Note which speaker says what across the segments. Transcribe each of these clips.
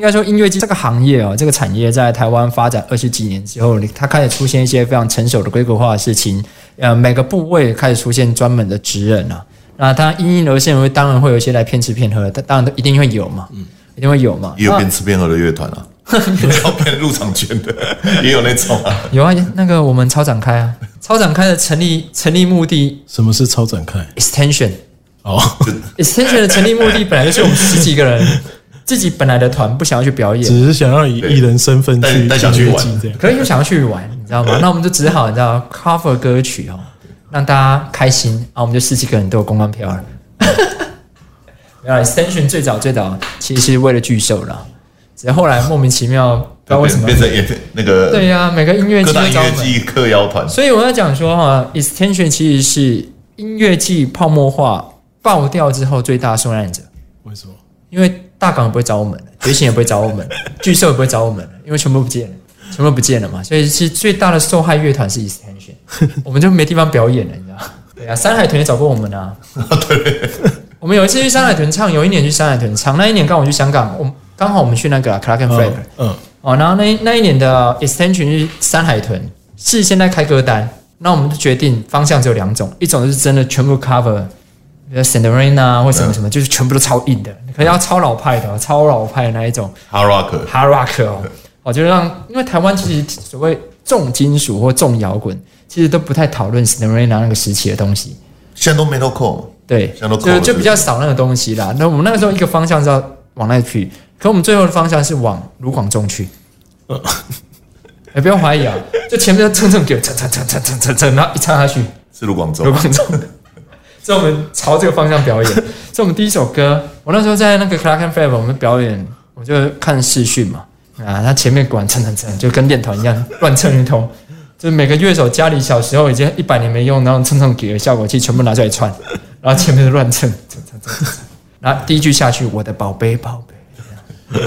Speaker 1: 该说音乐季这个行业哦，这个产业在台湾发展二十几年之后，你它开始出现一些非常成熟的规格化的事情，呃，每个部位开始出现专门的职人啊。那它因应而现，会当然会有一些来骗吃骗喝的，但当然都一定会有嘛，一定会有嘛。
Speaker 2: 也有边吃边喝的乐团啊，要变入场券的，也有那种啊。
Speaker 1: 有啊，那个我们超展开啊，超展开的成立成立目的
Speaker 3: 什么是超展开？
Speaker 1: extension
Speaker 3: 哦，
Speaker 1: extension 的成立目的本来就是我们十几个人自己本来的团不想要去表演，
Speaker 3: 只是想让以艺人身份
Speaker 2: 但
Speaker 3: 去
Speaker 2: 但想去
Speaker 3: 音乐
Speaker 2: 玩
Speaker 3: 季这样。
Speaker 1: 可是又想要去玩，你知道吗？那我们就只好你知道 cover 歌曲哦，让大家开心啊，我们就十几个人都有公关票了。 没有啦 extension 最早最早其实是为了巨兽啦，只是后来莫名其妙不知道为什么
Speaker 2: 变，成也那个
Speaker 1: 对呀、每个音乐季
Speaker 2: 各大
Speaker 1: 都
Speaker 2: 音
Speaker 1: 找我
Speaker 2: 乐
Speaker 1: 们。
Speaker 2: 季客邀团，
Speaker 1: 所以我要讲说哈，extension 其实是音乐季泡沫化爆掉之后最大受难者，
Speaker 3: 为什么？
Speaker 1: 因为大港也不会找我们了，觉醒也不会找我 们了，巨兽也不会找我们了，因为全部不见了，全部不见了嘛。所以是最大的受害乐团是 extension，我 们就没地方表演了，你知道吗？对啊，山海豚也找过我们啊。对，我们有一次去山海豚唱，有一年去山海豚唱，那一年刚好去香港，我们刚好我们去那个啊 Clark and Frank，、
Speaker 3: 嗯嗯，
Speaker 1: 哦，然后那一那一年的 extension 是山海豚，是现在开歌单，那我们就决定方向只有两种，一种就是真的全部 cover，比如 s a n d r i n a 或什么什么，就是全部都超硬的，可能要超老派的哦，超老派的那一种
Speaker 2: 哈 rock
Speaker 1: hard rock 哦，我觉得让，因为台湾其实所谓重金属或重摇滚，其实都不太讨论 s a n d r i n a 那个时期的东西，
Speaker 2: 现在都 metal core，
Speaker 1: 对，
Speaker 2: 像都扣
Speaker 1: 就
Speaker 2: 了
Speaker 1: 就比较少那个东西啦。那我们那个时候一个方向是要往那去，可我们最后的方向是往卢广仲 去。哎、不要怀疑啊，就前面就蹭蹭给我蹭蹭蹭蹭蹭蹭蹭，然后一唱下去，
Speaker 2: 是卢广
Speaker 1: 卢
Speaker 2: 仲，啊
Speaker 1: 广仲。 所以我们朝这个方向表演。所以我们第一首歌，我那时候在那个 Clark and Fab 我们表演，我就看视讯嘛，啊，他前面果然蹭蹭蹭，就跟练团一样乱蹭一通。就是每个乐手家里小时候已经一百年没用，然后蹭蹭给的效果器全部拿出来串，然后前面乱蹭蹭蹭蹭蹭，然后第一句下去，我的宝贝宝贝，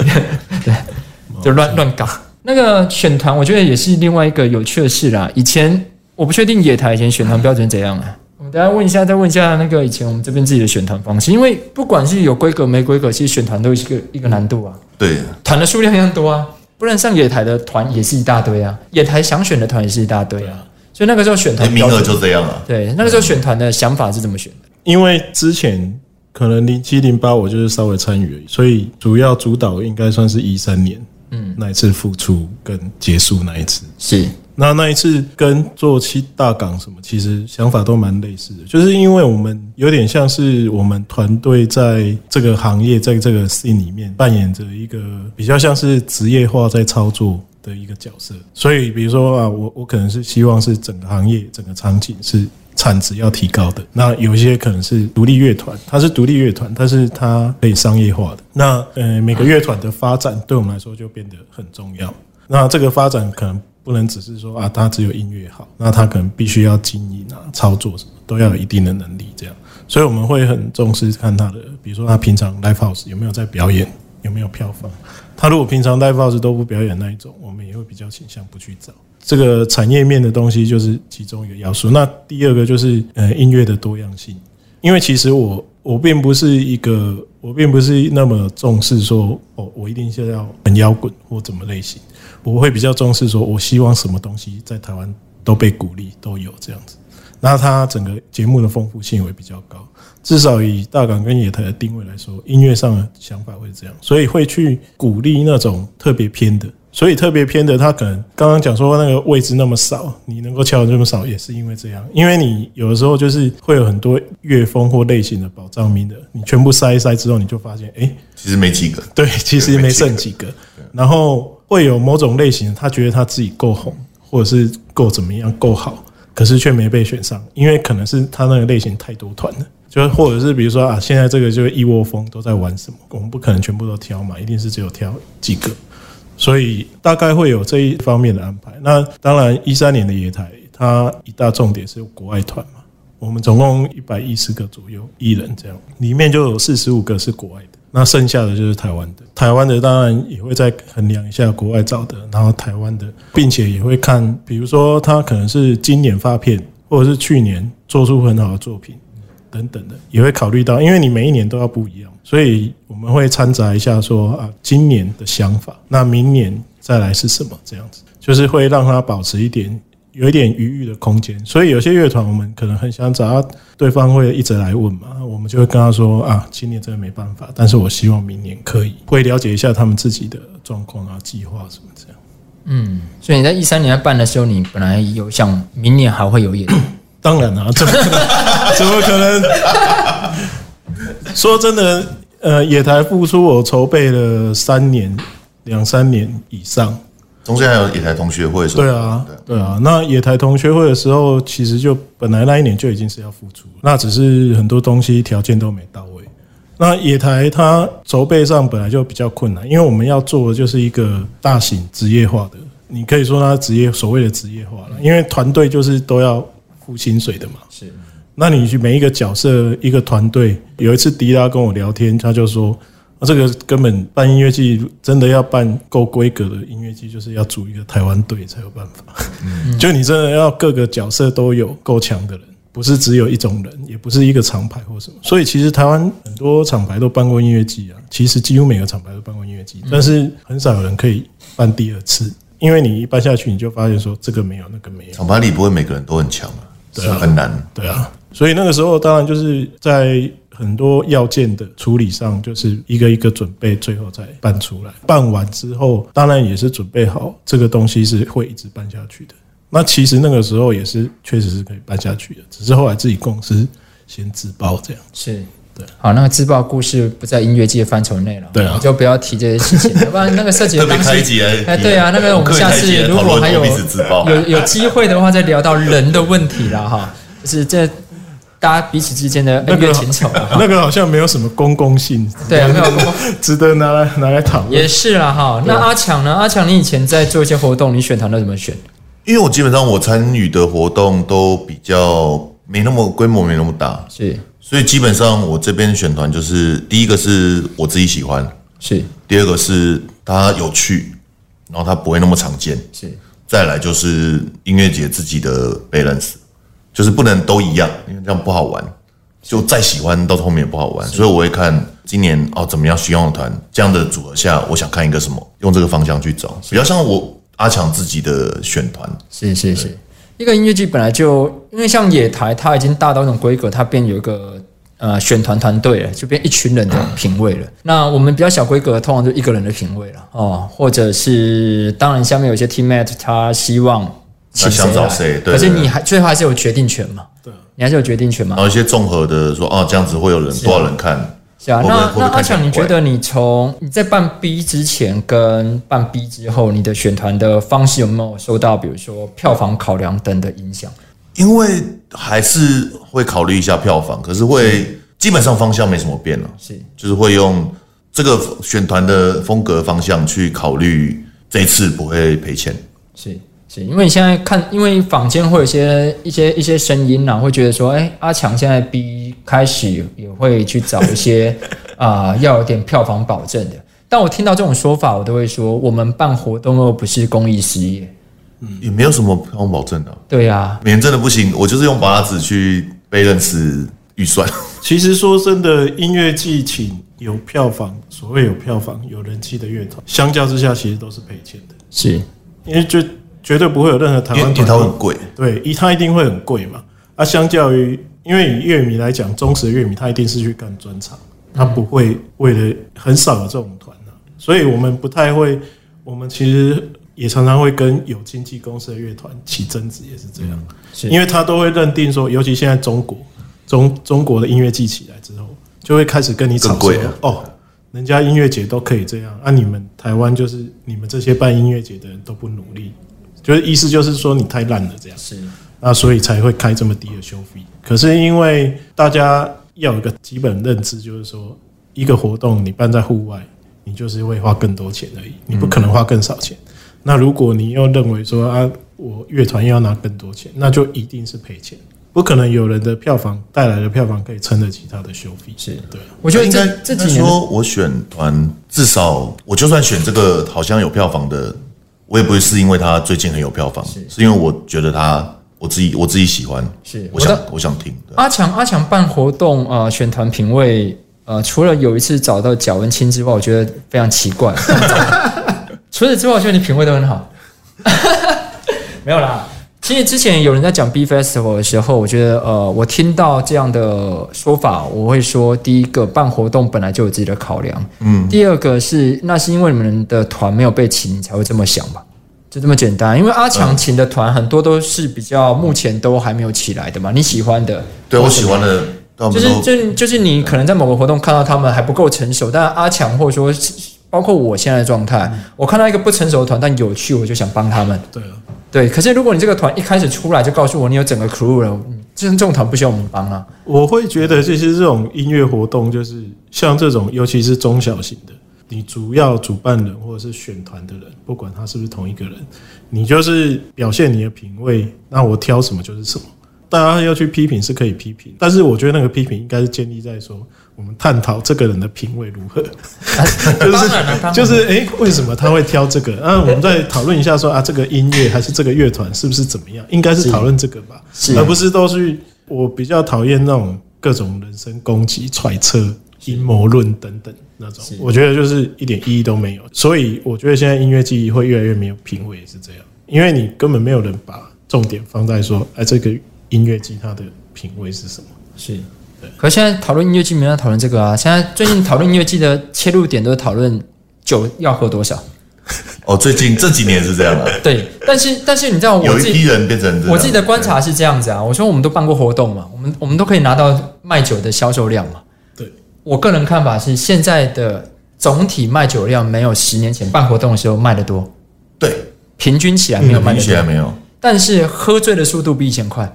Speaker 1: 哦就乱乱搞。那个选团，我觉得也是另外一个有趣的事啦。以前我不确定野台以前选团标准怎样啊，我们大家问一下，再问一下那个以前我们这边自己的选团方式，因为不管是有规格没规格，其实选团都有一个一个难度啊，
Speaker 2: 对，
Speaker 1: 团的数量一样多啊，不然上野台的团也是一大堆啊，野台想选的团也是一大堆啊，所以那个时候选
Speaker 2: 那
Speaker 1: 团
Speaker 2: 名额
Speaker 1: 标准
Speaker 2: 就这样啊。
Speaker 1: 对，那个时候选团的想法是怎么选的？
Speaker 3: 因为之前可能零七零八我就是稍微参与而已，所以主要主导应该算是一三年，嗯，那一次付出跟结束那一次。
Speaker 1: 是
Speaker 3: 那那一次跟做七大港什么，其实想法都蛮类似的，就是因为我们有点像是我们团队在这个行业，在这个 scene 里面扮演着一个比较像是职业化在操作的一个角色，所以比如说啊，我我可能是希望是整个行业整个场景是产值要提高的。那有一些可能是独立乐团，它是独立乐团，但是它可以商业化的。那呃，每个乐团的发展对我们来说就变得很重要。那这个发展可能不能只是说啊，它只有音乐好，那它可能必须要经营啊、操作什么都要有一定的能力这样。所以我们会很重视看他的，比如说他平常 live house 有没有在表演，有没有票房。他如果平常 live house 都不表演那一种，我们也会比较倾向不去找。这个产业面的东西就是其中一个要素。那第二个就是呃音乐的多样性，因为其实我我并不是一个，我并不是那么重视说哦，我一定是要很摇滚或怎么类型，我会比较重视说我希望什么东西在台湾都被鼓励都有这样子。那它整个节目的丰富性会比较高，至少以大港跟野台的定位来说，音乐上的想法会是这样，所以会去鼓励那种特别偏的。所以特别偏的，他可能刚刚讲说那个位置那么少，你能够敲的这么少，也是因为这样，因为你有的时候就是会有很多乐风或类型的保障名额，你全部塞一塞之后，你就发现，哎、
Speaker 2: 其实没几个，
Speaker 3: 对，其实没剩几个。然后会有某种类型，他觉得他自己够红，或者是够怎么样够好，可是却没被选上，因为可能是他那个类型太多团了。就是或者是比如说啊，现在这个就是一窝蜂都在玩什么，我们不可能全部都挑嘛，一定是只有挑几个。所以大概会有这一方面的安排。那当然，一三年的野台，它一大重点是国外团嘛，我们总共一百一十个左右艺人这样，里面就有四十五个是国外的，那剩下的就是台湾的。台湾的当然也会再衡量一下国外找的，然后台湾的，并且也会看，比如说他可能是今年发片，或者是去年做出很好的作品，等等的，也会考虑到，因为你每一年都要不一样，所以我们会掺杂一下说啊，今年的想法，那明年再来是什么这样子，就是会让它保持一点。有一点余裕的空间，所以有些乐团我们可能很想找啊，对方会一直来问嘛，我们就会跟他说啊，今年真的没办法，但是我希望明年可以，会了解一下他们自己的状况啊、计划什么这样。
Speaker 1: 嗯，所以你在一三年在办的时候，你本来有想明年还会有演出，
Speaker 3: 当然啊，怎 么可能？怎么可能？说真的，呃，野台付出我筹备了三年，两三年以上。
Speaker 2: 中间还有野台同学会什么？
Speaker 3: 对啊，对啊。那野台同学会的时候，其实就本来那一年就已经是要付出，那只是很多东西条件都没到位。那野台它筹备上本来就比较困难，因为我们要做的就是一个大型职业化的，你可以说它职业所谓的职业化了，因为团队就是都要付薪水的嘛。
Speaker 1: 是
Speaker 3: 那你去每一个角色、一个团队，有一次迪拉跟我聊天，他就说，啊、这个根本办音乐季，真的要办够规格的音乐季，就是要组一个台湾队才有办法。就你真的要各个角色都有够强的人，不是只有一种人，也不是一个厂牌或什么。所以其实台湾很多厂牌都办过音乐季啊，其实几乎每个厂牌都办过音乐季，但是很少有人可以办第二次，因为你一办下去，你就发现说这个没有，那个没有。
Speaker 2: 厂牌里不会每个人都很强啊，是很难。
Speaker 3: 对啊，所以那个时候当然就是在很多要件的处理上，就是一个一个准备，最后再办出来。办完之后，当然也是准备好这个东西是会一直办下去的。那其实那个时候也是确实是可以办下去的，只是后来自己公司先自爆这样。
Speaker 1: 是，对。好，那个自爆故事不在音乐界范畴内了，
Speaker 3: 对啊
Speaker 1: 我们就不要提这些事情， 要不然那个涉及
Speaker 2: 特
Speaker 1: 的
Speaker 2: 别
Speaker 1: 东
Speaker 2: 开
Speaker 1: 西。
Speaker 2: 一集来，
Speaker 1: 哎，对啊，那个我们下次如果还有
Speaker 2: 彼此自爆，
Speaker 1: 有有机会的话，再聊到人的问题了哈，就是这大家彼此之间的恩怨情仇啊。
Speaker 3: 那个好像没有什么公共性，
Speaker 1: 对啊，没有
Speaker 3: 值得拿来拿来讨论
Speaker 1: 也。是啦哈。
Speaker 2: 啊
Speaker 1: 那阿强呢？阿强，你以前在做一些活动，你选团都怎么选？
Speaker 2: 因为我基本上我参与的活动都比较没那么规模，没那么大，
Speaker 1: 是
Speaker 2: 所以基本上我这边选团就是第一个是我自己喜欢，
Speaker 1: 是
Speaker 2: 第二个是它有趣，然后它不会那么常见，
Speaker 1: 是
Speaker 2: 再来就是音乐节自己的 balance，就是不能都一样，因为这样不好玩。就再喜欢到后面也不好玩，所以我会看今年哦怎么样需要的团这样的组合下，我想看一个什么，用这个方向去找，比较像我阿强自己的选团。
Speaker 1: 是是是，一个音乐剧本来就因为像野台，它已经大到一种规格，它变有一个呃选团团队了，就变一群人的品味
Speaker 2: 嗯
Speaker 1: 了。那我们比较小规格，通常就一个人的品味了哦，或者是当然下面有些 teammate 他希望请
Speaker 2: 想找谁
Speaker 1: 来
Speaker 2: 对
Speaker 1: 可是
Speaker 2: 对对哦
Speaker 1: 你还最后还是有决定权嘛？对，你还是有决定权嘛
Speaker 2: 然？后一些综合的说，哦，这样子会有人多少人看？
Speaker 1: 啊是啊，
Speaker 2: 会不会
Speaker 1: 那
Speaker 2: 会不
Speaker 1: 那
Speaker 2: 会
Speaker 1: 阿
Speaker 2: 看起来
Speaker 1: 强，你
Speaker 2: 很怪
Speaker 1: 觉得你从你在办 B 之前跟办 B 之后，你的选团的方式有没有受到比如说票房考量等的影响？
Speaker 2: 因为还是会考虑一下票房，可是会基本上方向没什么变啊了、
Speaker 1: 是
Speaker 2: 就是会用这个选团的风格方向去考虑这一次不会赔钱。
Speaker 1: 是是，因为你现在看，因为坊间会有一些一些一些声音啦、会觉得说，哎、阿强现在 B 开始也会去找一些啊、要有点票房保证的。但我听到这种说法，我都会说，我们办活动又不是公益事业。
Speaker 2: 也没有什么票房保证的、啊，
Speaker 1: 对呀、
Speaker 2: 免真的不行，我就是用靶子去被认识预算，
Speaker 3: 其实说真的，音乐季请有票房，所谓有票房、有人气的乐团，相较之下其实都是赔钱的。
Speaker 1: 是
Speaker 3: 因为绝绝对不会有任何台
Speaker 2: 因为
Speaker 3: 湾
Speaker 2: 因为它
Speaker 3: 团
Speaker 2: 很贵。
Speaker 3: 对，一它一定会很贵嘛。啊，相较于因为以乐迷来讲，忠实的乐迷他一定是去干专场，他不会为了很少有这种团啊，所以我们不太会，我们其实也常常会跟有经纪公司的乐团起争执，也是这样，
Speaker 1: 是
Speaker 3: 因为他都会认定说，尤其现在中国中中国的音乐季起来之后，就会开始跟你吵
Speaker 2: 更
Speaker 3: 说
Speaker 2: 贵了
Speaker 3: 哦。人家音乐节都可以这样，啊，你们台湾就是你们这些办音乐节的人都不努力，就是意思就是说你太烂了这样。
Speaker 1: 是
Speaker 3: 那所以才会开这么低的修费。可是因为大家要有一个基本认知，就是说一个活动你办在户外，你就是会花更多钱而已，你不可能花更少钱。那如果你又认为说啊，我乐团又要拿更多钱，那就一定是赔钱，不可能有人的票房带来的票房可以撑得起他的修费。
Speaker 1: 是
Speaker 3: 对啊，
Speaker 1: 我觉得
Speaker 2: 应该
Speaker 1: 这这几
Speaker 2: 应该
Speaker 1: 年的
Speaker 2: 说，我选团至少我就算选这个好像有票房的，我也不会是因为它最近很有票房，是因为我觉得它我自己我自己喜欢，
Speaker 1: 是
Speaker 2: 我
Speaker 1: 我
Speaker 2: 想
Speaker 1: 的
Speaker 2: 我想听，对
Speaker 1: 阿强阿强办活动啊、呃选团评委呃，除了有一次找到贾文清之外，我觉得非常奇怪。 除此之外，我觉得你品味都很好。 没有啦，其实之前有人在讲 B Festival 的时候，我觉得呃，我听到这样的说法，我会说，第一个办活动本来就有自己的考量，嗯，第二个是那是因为你们的团没有被请，你才会这么想吧。就这么简单，因为阿强请的团很多都是比较目前都还没有起来的嘛，你喜欢的，
Speaker 2: 对我喜欢的，但我
Speaker 1: 就
Speaker 2: 们
Speaker 1: 是
Speaker 2: 都
Speaker 1: 就就是你可能在某个活动看到他们还不够成熟，但阿强或者说包括我现在的状态，
Speaker 2: 嗯
Speaker 1: 我看到一个不成熟的团，但有趣，我就想帮他们。
Speaker 3: 对啊，
Speaker 1: 对，可是如果你这个团一开始出来就告诉我你有整个 crew 了，嗯这这种团不需要我们帮啊。
Speaker 3: 我会觉得就是这种音乐活动，就是像这种，尤其是中小型的，你主要主办人或者是选团的人，不管他是不是同一个人，你就是表现你的品味，那我挑什么就是什么。大家要去批评是可以批评，但是我觉得那个批评应该是建立在说我们探讨这个人的品味如何。
Speaker 1: 当然了，当然了
Speaker 3: 就是诶，为什么他会挑这个？那、我们再讨论一下说啊，这个音乐还是这个乐团是不是怎么样？应该是讨论这个吧，
Speaker 1: 是
Speaker 3: 而不是都是我比较讨厌那种各种人身攻击、揣测、阴谋论等等那种
Speaker 1: 是。
Speaker 3: 我觉得就是一点意义都没有。所以我觉得现在音乐季会越来越没有品味，也是这样，因为你根本没有人把重点放在说，哎、这个音乐季它的品味是什么？
Speaker 1: 是。可是现在讨论音乐季没人在讨论这个啊，现在最近讨论音乐季的切入点都是讨论酒要喝多少。
Speaker 2: 哦，最近这几年是这样啊的，
Speaker 1: 对，但是但是你知道哦我
Speaker 2: 有
Speaker 1: 自
Speaker 2: 一
Speaker 1: 己
Speaker 2: 批人变成这样
Speaker 1: 我自己的观察是这样子啊，我说我们都办过活动嘛，我们我们都可以拿到卖酒的销售量嘛。
Speaker 3: 对，
Speaker 1: 我个人看法是，现在的总体卖酒量没有十年前办活动的时候卖得多，
Speaker 2: 对，
Speaker 1: 嗯平均起来没
Speaker 2: 你
Speaker 1: 有
Speaker 2: 有
Speaker 1: 卖
Speaker 2: 明
Speaker 1: 得
Speaker 2: 显
Speaker 1: 多，
Speaker 2: 还没有，
Speaker 1: 但是喝醉的速度比以前快，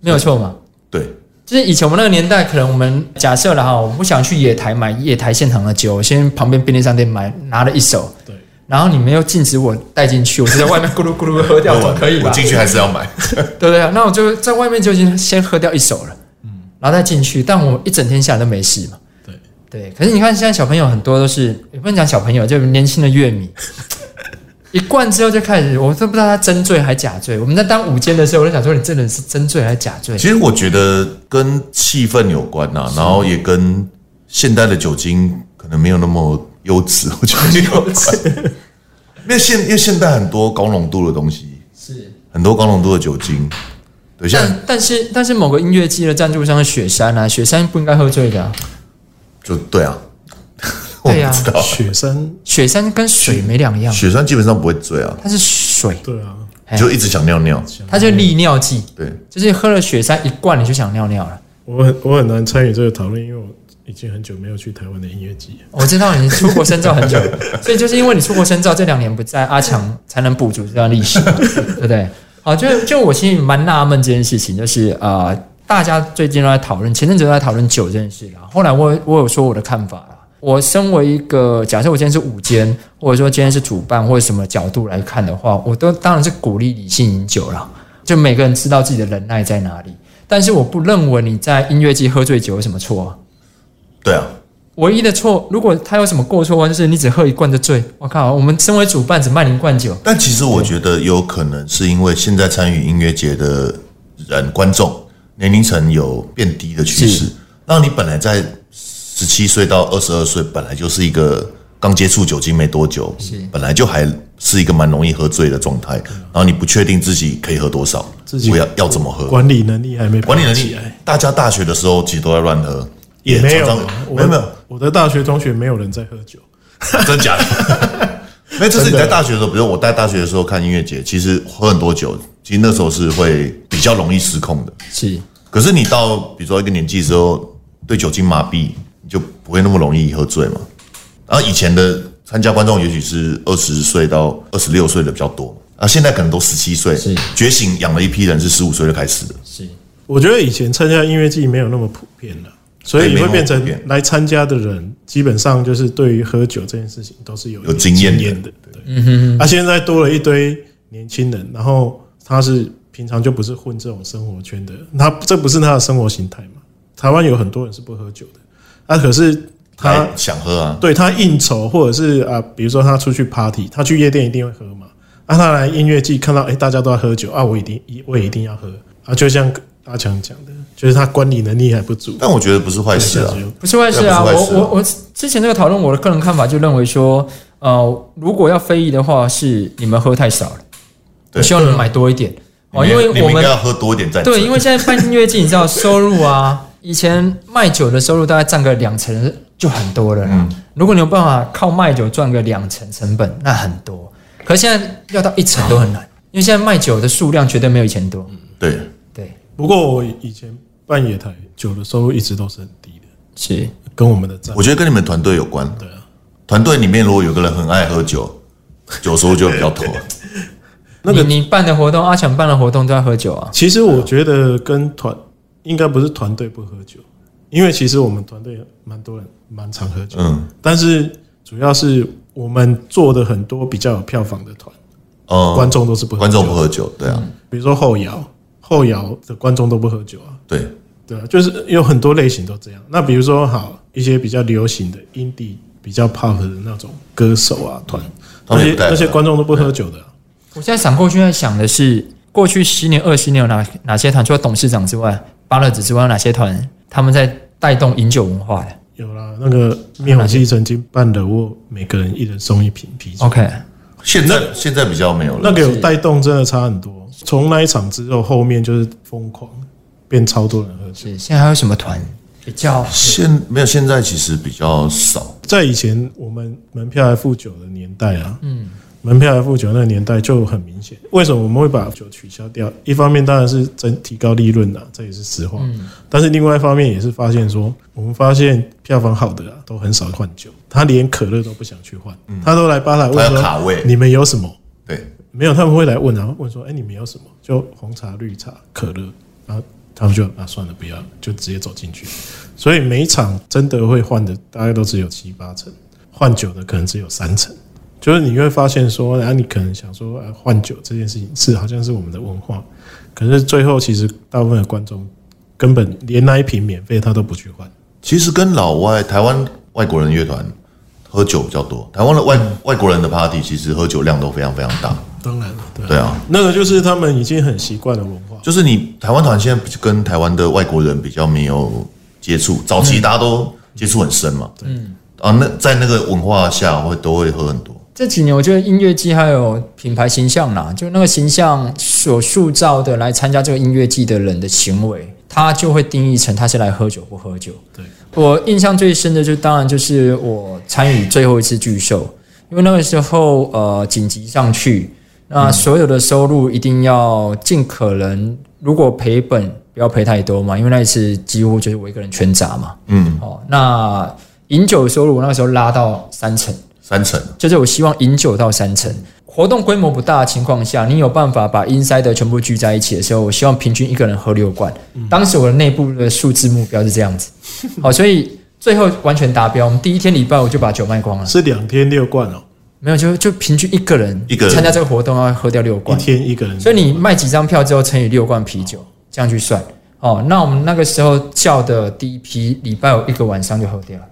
Speaker 1: 没有错嘛。
Speaker 2: 对，
Speaker 1: 就是以前我们那个年代，可能我们假设了哈，我不想去野台买野台现场的酒，我先旁边便利商店买，拿了一手，
Speaker 3: 对，
Speaker 1: 然后你们又禁止我带进去，我就在外面咕噜咕噜喝掉，总可以吧
Speaker 2: 啊我？进去还是 要买，
Speaker 1: 对不对？那我就在外面就已经先喝掉一手了，嗯，然后再进去，但我一整天下来都没事嘛。
Speaker 3: 对
Speaker 1: 对，可是你看现在小朋友很多都是，也不能讲小朋友，就是年轻的乐迷，一灌之后就开始，我都不知道他真醉还假醉。我们在当午间的时候，我就想说，你这人是真醉还是假醉？
Speaker 2: 其实我觉得跟气氛有关呐、然后也跟现代的酒精可能没有那么优质， 我觉得有关。因为现因为现代很多高浓度的东西，
Speaker 1: 是，嗯
Speaker 2: 很多高浓度的酒精，对，像
Speaker 1: 但但是但是某个音乐季的赞助商是雪山啊，雪山不应该喝醉的、啊，
Speaker 2: 就对啊， 我
Speaker 1: 对
Speaker 2: 不
Speaker 1: 啊
Speaker 2: 知道，
Speaker 3: 雪山，
Speaker 1: 雪山跟水没两样，
Speaker 2: 雪山基本上不会醉啊，
Speaker 1: 它是水，
Speaker 3: 对啊，
Speaker 1: 哎
Speaker 2: 就一直想尿尿，
Speaker 1: 它就利尿剂，
Speaker 2: 对，
Speaker 1: 就是喝了雪山一罐你就想尿尿了。
Speaker 3: 我很我很难参与这个讨论，因为我已经很久没有去台湾的音乐季了。
Speaker 1: 我知道你出国深造很久，所以就是因为你出国深造这两年不在，阿强才能补足这段历史嘛，对不对？好，就就我其实蛮纳闷这件事情，就是啊、呃大家最近都在讨论，前阵子都在讨论酒这件事啦。后来我我有说我的看法啦。我身为一个假设，我今天是午间，或者说今天是主办或者什么角度来看的话，我都当然是鼓励理性饮酒啦。就每个人知道自己的忍耐在哪里，但是我不认为你在音乐季喝醉酒有什么错啊。
Speaker 2: 对啊，
Speaker 1: 唯一的错，如果他有什么过错的话，就是你只喝一罐就醉。我靠，我们身为主办只卖你一罐酒，
Speaker 2: 但其实我觉得有可能是因为现在参与音乐节的人观众年龄层有变低的趋势
Speaker 1: 是，
Speaker 2: 那你本来在十七岁到二十二岁本来就是一个刚接触酒精没多久，本来就还是一个蛮容易喝醉的状态，然后你不确定自己可以喝多少，
Speaker 3: 嗯自己
Speaker 2: 我要要怎么喝，
Speaker 3: 管理能力还没
Speaker 2: 管理能
Speaker 3: 起
Speaker 2: 力
Speaker 3: 来，，
Speaker 2: 大家大学的时候其实都在乱喝，
Speaker 3: 也没有
Speaker 2: 常常
Speaker 3: 啊，我
Speaker 2: 没有没有，
Speaker 3: 我的大学同学没有人在喝酒，
Speaker 2: 真假的？ 没有，就是你在大学的时候，比如我在大学的时候看音乐节，其实喝很多酒，其实那时候是会比较容易失控的。
Speaker 1: 是
Speaker 2: 可是你到比如说一个年纪之后，对酒精麻痹，你就不会那么容易喝醉嘛。然后以前的参加观众也许是二十岁到二十六岁的比较多，啊，现在可能都十七岁
Speaker 1: 是，
Speaker 2: 觉醒养了一批人是十五岁就开始的，
Speaker 1: 是
Speaker 3: 我觉得以前参加音乐季没有那么普遍了，所以
Speaker 2: 对没那
Speaker 3: 会
Speaker 2: 么
Speaker 3: 变成
Speaker 2: 普遍
Speaker 3: 来参加的人基本上就是对于喝酒这件事情都是有
Speaker 2: 有
Speaker 3: 经
Speaker 2: 经验的
Speaker 3: 的，对，嗯啊，现在多了一堆年轻人，然后他是平常就不是混这种生活圈的，他这不是他的生活形态嘛？台湾有很多人是不喝酒的，啊，可是他
Speaker 2: 他想喝啊，
Speaker 3: 呃对他应酬或者是啊，比如说他出去 party，他去夜店一定会喝嘛。啊，他来音乐季看到哎、大家都在喝酒啊，我一定我也一定要喝啊，就像阿强讲的，就是他管理能力还不足。
Speaker 2: 但我觉得不是坏事啊。
Speaker 1: 不是坏事啊！
Speaker 2: 对不是坏
Speaker 1: 我
Speaker 2: 事啊
Speaker 1: 我我之前这个讨论，我的个人看法就认为说，呃，如果要非议的话，是你们喝太少了，
Speaker 2: 对
Speaker 1: 我希望你们买多一点哦，
Speaker 2: 你
Speaker 1: 因
Speaker 2: 们
Speaker 1: 为
Speaker 2: 你
Speaker 1: 我
Speaker 2: 应该
Speaker 1: 们
Speaker 2: 要喝多一点再
Speaker 1: 对，因为现在办音乐季，你知道收入啊，以前卖酒的收入大概占个两成就很多了啦。如果你有办法靠卖酒赚个两成成本，那很多。可是现在要到一成都很难，因为现在卖酒的数量绝对没有以前多。
Speaker 2: 对
Speaker 1: 对，
Speaker 3: 不过我以前办野台酒的收入一直都是很低的，
Speaker 1: 是
Speaker 3: 跟我们的账
Speaker 2: 我觉得跟你们团队有关。对啊，团队里面如果有个人很爱喝 酒，酒收入就会比较多。
Speaker 3: 那个
Speaker 1: 你你办的活动，阿强办的活动都要喝酒啊。
Speaker 3: 其实我觉得跟团应该不是团队不喝酒，因为其实我们团队蛮多人蛮常喝酒，
Speaker 2: 嗯
Speaker 3: 但是主要是我们做的很多比较有票房的团，
Speaker 2: 嗯，
Speaker 3: 观众都是不喝
Speaker 2: 观众不
Speaker 3: 酒嗯
Speaker 2: 喝酒，对啊，
Speaker 3: 比如说后摇，后摇的观众都不喝酒啊，
Speaker 2: 对，
Speaker 3: 对啊，就是有很多类型都这样。那比如说好一些比较流行的 indie、比较 pop 的那种歌手啊团，
Speaker 2: 他
Speaker 3: 那
Speaker 2: 们也
Speaker 3: 些
Speaker 2: 不太喝
Speaker 3: 那些观众都不喝酒的啊、
Speaker 1: 我现在闪过去在想的是，过去十年、二十年有哪哪些团，除了董事长之外，巴乐子之外，有哪些团他们在带动饮酒文化的
Speaker 2: 啊
Speaker 3: 有啦，那个灭火器曾经办的，我每个人一人送一瓶啤酒。
Speaker 1: ？OK，
Speaker 2: 现在现在比较没有了。
Speaker 3: 那个有带动，真的差很多。从那一场之后，后面就是疯狂，变超多人喝酒。
Speaker 1: 是现在还有什么团比较
Speaker 2: 现没有，现在其实比较少。
Speaker 3: 在以前我们门票还付酒的年代啊，嗯，门票还付酒那个年代就很明显。为什么我们会把酒取消掉？一方面当然是增提高利润啦、这也是实话。
Speaker 2: 嗯
Speaker 3: 但是另外一方面也是发现说，我们发现票房好的啊，都很少换酒，他连可乐都不想去换，他都来吧台
Speaker 2: 嗯他
Speaker 3: 问
Speaker 2: 要
Speaker 3: 说
Speaker 2: 卡位
Speaker 3: 你们有什么？
Speaker 2: 对，
Speaker 3: 没有，他们会来问啊，问说：“哎、你们有什么？就红茶、绿茶、可乐。”然后他们就啊，算了，不要了，就直接走进去。所以每一场真的会换的，大概都只有七八成，换酒的可能只有三成。就是你会发现说，然后你可能想说，啊，换酒这件事情是好像是我们的文化，可是最后其实大部分的观众根本连那一瓶免费他都不去换。
Speaker 2: 其实跟老外、台湾外国人乐团喝酒比较多。台湾的外
Speaker 3: 嗯
Speaker 2: 外国人的 party 其实喝酒量都非常非常大。
Speaker 3: 当然了，对啊
Speaker 2: 对啊，
Speaker 3: 那个就是他们已经很习惯的文化。
Speaker 2: 就是你台湾团现在跟台湾的外国人比较没有接触，早期大家
Speaker 1: 嗯
Speaker 2: 都接触很深嘛。嗯啊，那在那个文化下会都会喝很多。
Speaker 1: 这几年我觉得音乐季还有品牌形象啦，就那个形象所塑造的来参加这个音乐季的人的行为，他就会定义成他是来喝酒不喝酒。
Speaker 3: 对，
Speaker 1: 我印象最深的就当然就是我参与最后一次巨秀，因为那个时候呃紧急上去，那所有的收入一定要尽可能，如果赔本不要赔太多嘛，因为那一次几乎就是我一个人全砸嘛。
Speaker 2: 嗯，
Speaker 1: 哦，那饮酒收入我那个时候拉到三成。
Speaker 2: 三成
Speaker 1: 就是我希望饮酒到三成。活动规模不大的情况下，你有办法把 inside 全部聚在一起的时候，我希望平均一个人喝六罐。当时我的内部的数字目标是这样子，好，所以最后完全达标。我们第一天礼拜我就把酒卖光了，
Speaker 3: 是两天六罐哦，
Speaker 1: 没有就就平均一个人
Speaker 2: 一个人
Speaker 1: 参加这个活动要喝掉六
Speaker 3: 一
Speaker 1: 罐，
Speaker 3: 天一个人。
Speaker 1: 所以你卖几张票之后乘以六罐啤酒，这样去算。哦，那我们那个时候叫的第一批，礼拜五一个晚上就喝掉了，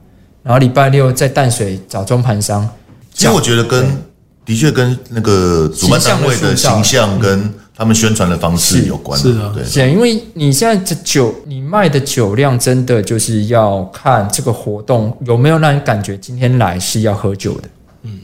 Speaker 1: 然后礼拜六在淡水找中盘商，
Speaker 2: 其实我觉得跟的确跟那个主办单位的形象跟他们宣传的方式有关。
Speaker 3: 是是啊
Speaker 2: 对，
Speaker 1: 是啊，因为你现在的酒，你卖的酒量真的就是要看这个活动有没有让人感觉今天来是要喝酒的，嗯，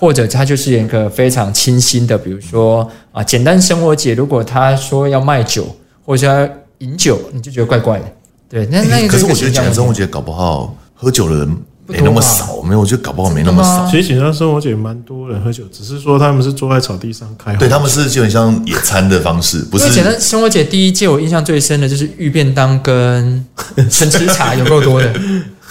Speaker 1: 或者它就是一个非常清新的，比如说啊，简单生活节，如果他说要卖酒或者要饮酒，你就觉得怪怪的，对，那那
Speaker 2: 欸
Speaker 1: 个
Speaker 2: 可是我
Speaker 1: 就
Speaker 2: 觉得
Speaker 1: 一个形
Speaker 2: 简单
Speaker 1: 象
Speaker 2: 生活
Speaker 1: 问题
Speaker 2: 节搞不好喝酒的人
Speaker 1: 不
Speaker 2: 没
Speaker 1: 多吧
Speaker 2: 那么少，没有，我觉得搞不好没那么
Speaker 1: 真的
Speaker 2: 少
Speaker 1: 吗。
Speaker 3: 其实简单生活节蛮多人喝酒，只是说他们是坐在草地上开会。
Speaker 2: 对，他们是基本像野餐的方式，不
Speaker 1: 因为简单
Speaker 2: 是
Speaker 1: 生活节第一届，我印象最深的就是玉便当跟 陈吃茶有够多的，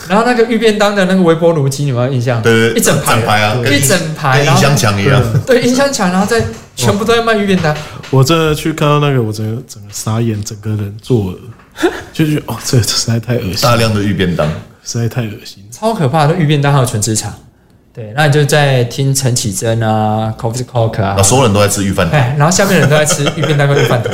Speaker 1: 然后那个玉便当的那个微波炉机，你们有印象？
Speaker 2: 对
Speaker 1: 一整排
Speaker 2: 整排啊，跟
Speaker 1: 一整排，然
Speaker 2: 跟音
Speaker 1: 后
Speaker 2: 箱墙一样。
Speaker 1: 对，音箱墙，然后再全部都在卖鱼便当。
Speaker 3: 我真的去看到那个，我整个整个傻眼，整个人作恶，就觉得哦， 这实在太恶心，
Speaker 2: 大量的预便当，
Speaker 3: 实在太恶心了。
Speaker 1: 超可怕的玉便当还有纯吃茶。对，那你就在听陈绮贞啊，Coffee Coke 啊
Speaker 2: 那，所有人都在吃预饭团。
Speaker 1: 哎，然后下面的人都在吃玉便当跟饭团。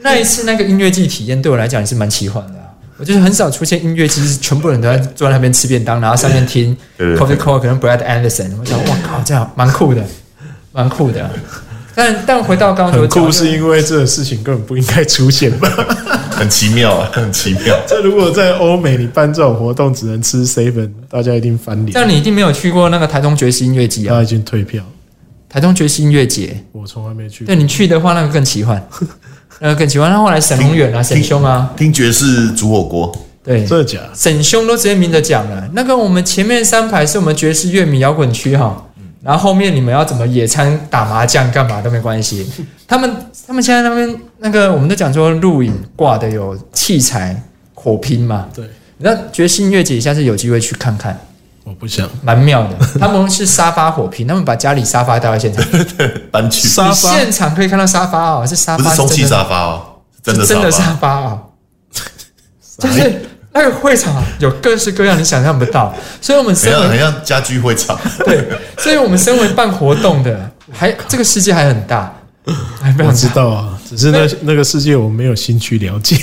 Speaker 1: 那一次那个音乐季体验对我来讲也是蛮奇幻的啊、我就是很少出现音乐季，是全部人都在坐在那边吃便当，然后上面听
Speaker 2: 对对
Speaker 1: Coffee Coke 跟 Brad Anderson，我想哇靠，这样蛮酷的，蛮酷的啊、但但回到刚刚所
Speaker 3: 很
Speaker 1: 讲
Speaker 3: 酷，
Speaker 1: 的，
Speaker 3: 是因为这个事情根本不应该出现吧？
Speaker 2: 很奇妙啊， 很奇妙。
Speaker 3: 这如果在欧美，你办这种活动只能吃 seven，大家一定翻脸。
Speaker 1: 但你一定没有去过那个台中爵士音乐节啊，
Speaker 3: 他已经退票，
Speaker 1: 台中爵士音乐节，
Speaker 3: 我从来没去过
Speaker 1: 对。你去的话，那个更奇幻，那个更奇幻。那后来沈宏远啊，沈兄啊，
Speaker 2: 听爵士煮火锅，
Speaker 1: 对，
Speaker 3: 真的假的？
Speaker 1: 沈兄都直接明着讲了。那个我们前面三排是我们爵士乐迷摇滚区哈，然后后面你们要怎么野餐、打麻将、干嘛都没关系。他们他们现在那边那个我们都讲说录影挂的有器材火拼嘛，
Speaker 3: 对，
Speaker 1: 那爵士音乐节下次有机会去看看。
Speaker 3: 我不想。
Speaker 1: 蛮妙 的，他们是沙发火拼，他们把家里沙发带到现场，
Speaker 2: 搬去
Speaker 3: 沙发
Speaker 1: 你现场可以看到沙发哦，是沙
Speaker 2: 不
Speaker 1: 发，
Speaker 2: 是充气
Speaker 1: 真的
Speaker 2: 沙发哦，是真的
Speaker 1: 是真的沙
Speaker 2: 沙
Speaker 1: 发啊，就是那个会场啊有各式各样你想象不到，所以我们
Speaker 2: 发，很
Speaker 1: 身
Speaker 2: 像很
Speaker 1: 为
Speaker 2: 像家居会场，
Speaker 1: 对，所以我们身为办活动的，还这个世界还很大，还非
Speaker 3: 我
Speaker 1: 常
Speaker 3: 知
Speaker 1: 大。
Speaker 3: 道啊，只是那那个世界我没有兴趣了解。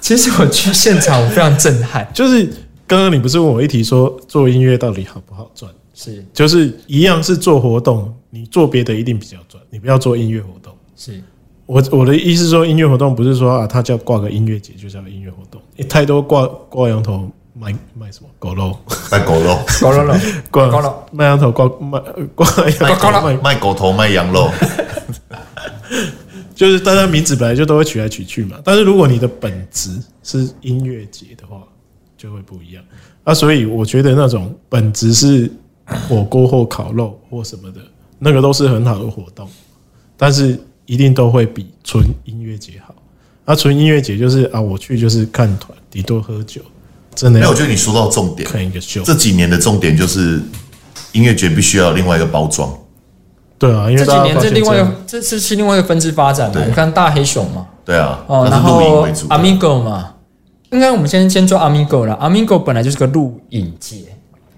Speaker 1: 其实我去现场，我非常震撼，
Speaker 3: 就是刚刚你不是问我一题说做音乐到底好不好赚？
Speaker 1: 是
Speaker 3: 就是一样是做活动，你做别的一定比较赚，你不要做音乐活动。
Speaker 1: 是，
Speaker 3: 我我的意思是说，音乐活动不是说啊，他叫挂个音乐节就叫音乐活动，你太多挂挂羊头卖卖什么狗肉，
Speaker 2: 卖狗肉，
Speaker 1: 狗肉肉，
Speaker 3: 挂
Speaker 1: 狗肉
Speaker 3: 卖羊头 挂卖呃挂
Speaker 2: 卖
Speaker 3: 羊
Speaker 2: 狗
Speaker 3: 头
Speaker 2: 肉
Speaker 3: 卖，
Speaker 2: 卖狗头，卖羊肉，
Speaker 3: 就是大家名字本来就都会取来取去嘛。但是如果你的本质是音乐节的话，就会不一样。啊，所以我觉得那种本质是火锅或烤肉或什么的，那个都是很好的活动，但是一定都会比纯音乐节好。啊，纯音乐节就是啊，我去就是看团，顶多喝酒，真的
Speaker 2: 没有，
Speaker 3: 要
Speaker 2: 哎我觉得你说到重点，
Speaker 3: 看一个秀。
Speaker 2: 这几年的重点就是音乐节必须要有另外一个包装，
Speaker 3: 对啊，因
Speaker 1: 这几
Speaker 3: 为大家
Speaker 1: 年
Speaker 3: 发
Speaker 1: 这
Speaker 3: 现
Speaker 1: 另外一
Speaker 3: 这
Speaker 1: 个
Speaker 3: 样
Speaker 1: 这是是另外一个分支发展嘛，
Speaker 2: 对
Speaker 1: 我看大黑熊嘛，
Speaker 2: 对啊，
Speaker 1: 哦，
Speaker 2: 它
Speaker 1: 然
Speaker 2: 是露营
Speaker 1: 后
Speaker 2: 为主的，
Speaker 1: Amigo 嘛，应该我们先先做 Amigo 了。Amigo 本来就是个录影节，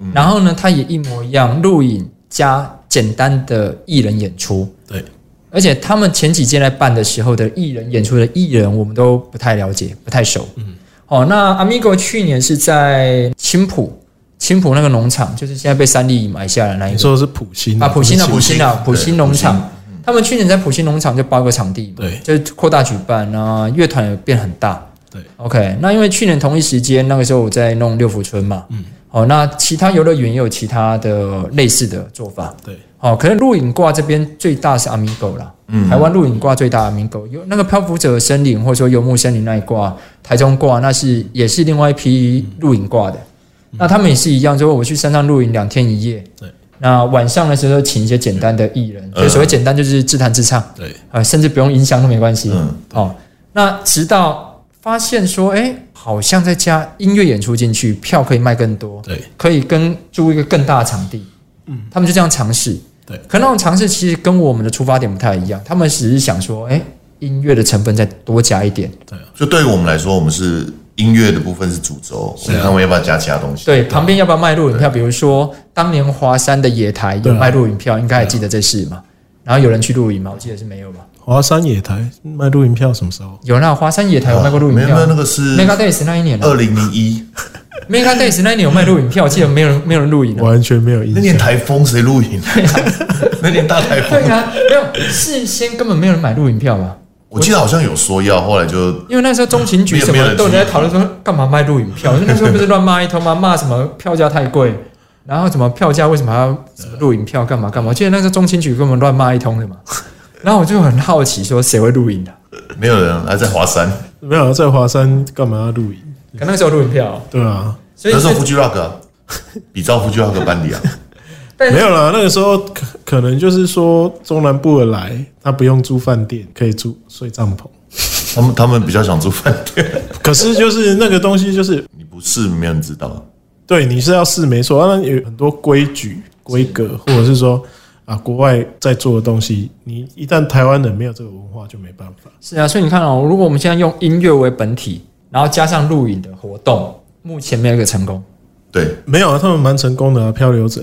Speaker 2: 嗯
Speaker 1: 然后呢，它也一模一样，录影加简单的艺人演出。
Speaker 3: 对，
Speaker 1: 而且他们前几届在办的时候的艺人演出的艺人，我们都不太了解，不太熟。嗯，哦，那 Amigo 去年是在青浦，青浦那个农场，就是现在被三立买下来那一
Speaker 3: 你
Speaker 1: 个。
Speaker 3: 说的是普星
Speaker 1: 啊，普星啊，
Speaker 2: 普
Speaker 1: 普
Speaker 2: 星
Speaker 1: 星啊，
Speaker 2: 对
Speaker 1: 普星农
Speaker 2: 普
Speaker 1: 场，他们去年在普星农场就包个场地嘛，
Speaker 3: 对
Speaker 1: 就是扩大举办啊，乐团也变很大。
Speaker 3: 对
Speaker 1: ，OK，那因为去年同一时间，那个时候我在弄六福村嘛，嗯，哦，那其他游乐园也有其他的类似的做法，
Speaker 3: 对
Speaker 1: 哦，可能录影挂这边最大是 Amigo 啦，嗯，台湾录影挂最大 Amigo，有那个漂浮者森林或者说游牧森林那一挂，台中挂那是也是另外一批录影挂的，那他们也是一样，就是我去山上露营两天一夜，
Speaker 3: 对，
Speaker 1: 那晚上的时候请一些简单的艺人，
Speaker 2: 嗯
Speaker 1: 就所谓简单就是自弹自唱，
Speaker 3: 对，
Speaker 1: 啊，甚至不用音箱都没关系，
Speaker 2: 嗯，
Speaker 1: 哦，那直到发现说，哎、好像再加音乐演出进去，票可以卖更多，
Speaker 3: 对，
Speaker 1: 可以跟租一个更大的场地，嗯，他们就这样尝试，
Speaker 3: 对
Speaker 1: 可那种尝试其实跟我们的出发点不太一样，他们只是想说，哎、音乐的成分再多加一点，
Speaker 2: 就对于我们来说，我们是音乐的部分是主轴，我们看我们要不要加其他东西，
Speaker 1: 对，旁边要不要卖录影票？比如说当年华山的野台有
Speaker 3: 对啊
Speaker 1: 卖录影票，应该还记得这事
Speaker 2: 啊
Speaker 1: 嘛？然后有人去录影吗？我记得是没有吧？
Speaker 3: 华山野台卖录影票什么时候？
Speaker 1: 有那华山野台有卖过录影
Speaker 2: 没有
Speaker 1: 票
Speaker 2: 没有，那个是
Speaker 1: ，Mega Days 那一年啊
Speaker 2: 二零零一
Speaker 1: ，Mega Days 那一年有卖录影票，我记得没有人没有人录影啊。
Speaker 3: 完全没有印
Speaker 2: 那
Speaker 3: 象。
Speaker 2: 年台风谁露 营？那年大台
Speaker 1: 对
Speaker 2: 风，
Speaker 1: 啊，没有，事先根本没有人买录影票嘛，
Speaker 2: 我记得好像有说要，后来就
Speaker 1: 因为那时候中情局什
Speaker 2: 没有没有
Speaker 1: 么
Speaker 2: 人
Speaker 1: 都有人在讨论说干嘛卖录影票，因 为那时候不是乱骂一通吗？骂什么票价太贵，然后什么票价为什么还要什么录影票干嘛干嘛？我记得那时候中情局跟我们乱骂一通的嘛， 然后我就很好奇说谁会录影的、
Speaker 2: 没有人还在华山，
Speaker 3: 没有在华山干嘛要露营？
Speaker 1: 可那时候录影票哦、
Speaker 3: 对啊，
Speaker 1: 所以
Speaker 2: 那时候 Fuji Rock 啊比照 Fuji Rock 班底啊，
Speaker 1: 但
Speaker 3: 没有啦。那个时候可可能就是说中南部的来，他不用租饭店，可以住睡帐篷。
Speaker 2: 他们他们比较想住饭店，
Speaker 3: 可是就是那个东西，就是
Speaker 2: 你不是没人知道，
Speaker 3: 对你是要试没错，当然啊有很多规矩规格，或者是说啊，国外在做的东西，你一旦台湾人没有这个文化，就没办法。
Speaker 1: 是啊，所以你看哦，如果我们现在用音乐为本体，然后加上录影的活动，目前没有一个成功。
Speaker 2: 对，
Speaker 3: 没有啊，他们蛮成功的啊，漂流者。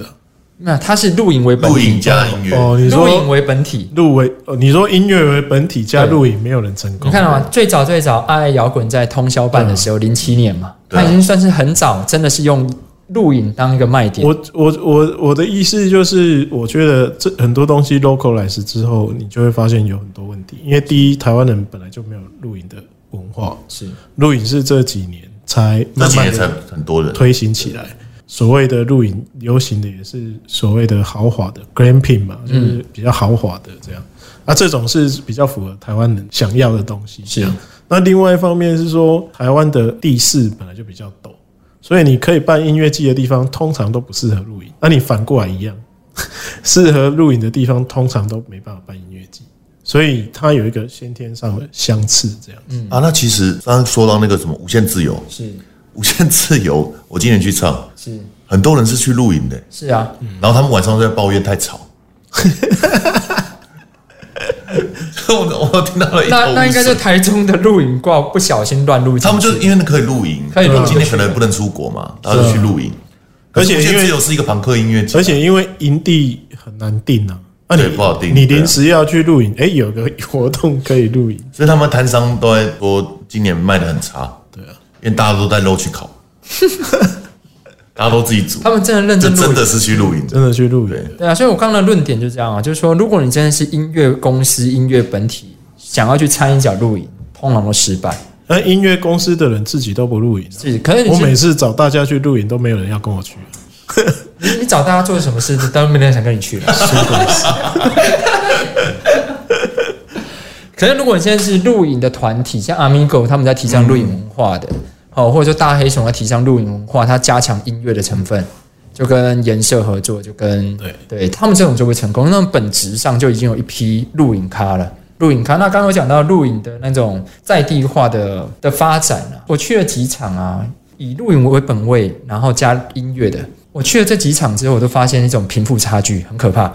Speaker 1: 那它是录影为本
Speaker 2: 露
Speaker 1: 体，
Speaker 2: 营加音乐，
Speaker 3: 哦，你
Speaker 1: 录影
Speaker 3: 说
Speaker 1: 为本体。
Speaker 3: 录为哦，你说音乐为本体加录影，没有人成功。
Speaker 1: 你看到哦吗？最早最早，爱摇滚在通宵办的时候，零七年嘛，
Speaker 2: 嗯对啊
Speaker 1: 它已经算是很早，真的是用录影当一个卖点。
Speaker 3: 我我我我的意思就是，我觉得这很多东西 localize 之后，你就会发现有很多问题。因为第一，台湾人本来就没有录影的文化，
Speaker 1: 是
Speaker 3: 录影是这几年才
Speaker 2: 这
Speaker 3: 慢
Speaker 2: 几
Speaker 3: 慢
Speaker 2: 年才
Speaker 3: 的
Speaker 2: 很多人，
Speaker 3: 推行起来。所谓的露营流行的也是所谓的豪华的 glamping 嘛，就是比较豪华的这样。啊，这种是比较符合台湾人想要的东西。
Speaker 1: 是
Speaker 3: 那另外一方面是说，台湾的地势本来就比较陡，所以你可以办音乐季的地方通常都不适合露营。那你反过来一样， 适合露营的地方通常都没办法办音乐季，所以它有一个先天上的相似这样。
Speaker 2: 啊，那其实刚刚说到那个什么无限自由，
Speaker 1: 是
Speaker 2: 无限自由，我今年去唱，
Speaker 1: 是
Speaker 2: 很多人是去露营的、
Speaker 1: 是啊，
Speaker 3: 嗯
Speaker 2: 然后他们晚上都在抱怨太吵。 我我听到了一头
Speaker 1: 那那应该
Speaker 2: 雾
Speaker 1: 是
Speaker 2: 水
Speaker 1: 台中的录影挂不小心乱录进去，
Speaker 2: 他们就因为可以露营，
Speaker 1: 可以露营
Speaker 2: 今天可能不能出国嘛，然后就去露营。
Speaker 3: 而且
Speaker 2: 可是无限
Speaker 3: 因为
Speaker 2: 自由是一个朋克音乐节，啊
Speaker 3: 而且因为营地很难定啊，那你
Speaker 2: 对不好定
Speaker 3: 你
Speaker 2: 对啊
Speaker 3: 临时要去露营，哎，有个活动可以露营，
Speaker 2: 所以他们摊商都在说今年卖的很差，
Speaker 3: 对啊，
Speaker 2: 因为大家都在肉去烤， 大家都自己煮，
Speaker 1: 他们真的认
Speaker 2: 这
Speaker 1: 真录
Speaker 2: 真
Speaker 1: 影。
Speaker 2: 的是去露营的。
Speaker 3: 真的去露营
Speaker 2: 对。
Speaker 1: 对啊，所以我刚刚的论点就这样啊，就是说，如果你真的是音乐公司、音乐本体想要去参与角录影，通常都失败。
Speaker 3: 那音乐公司的人自己都不露营啊、
Speaker 1: 是，可是你
Speaker 3: 我每
Speaker 1: 是
Speaker 3: 次找大家去露营都没有人要跟我去、
Speaker 1: 你你找大家做什么事，当然没人想跟你去了。可是如果你现在是录影的团体，像 Amigo 他们在提倡录影文化的，哦、或者说大黑熊在提倡录影文化，它加强音乐的成分，就跟颜社合作，就跟
Speaker 3: 对
Speaker 1: 对他们这种就会成功。那种本质上就已经有一批录影咖了。录影咖，那刚刚有讲到录影的那种在地化的的发展啊，我去了几场啊，以录影为本位，然后加音乐的。我去了这几场之后，我都发现一种贫富差距很可怕，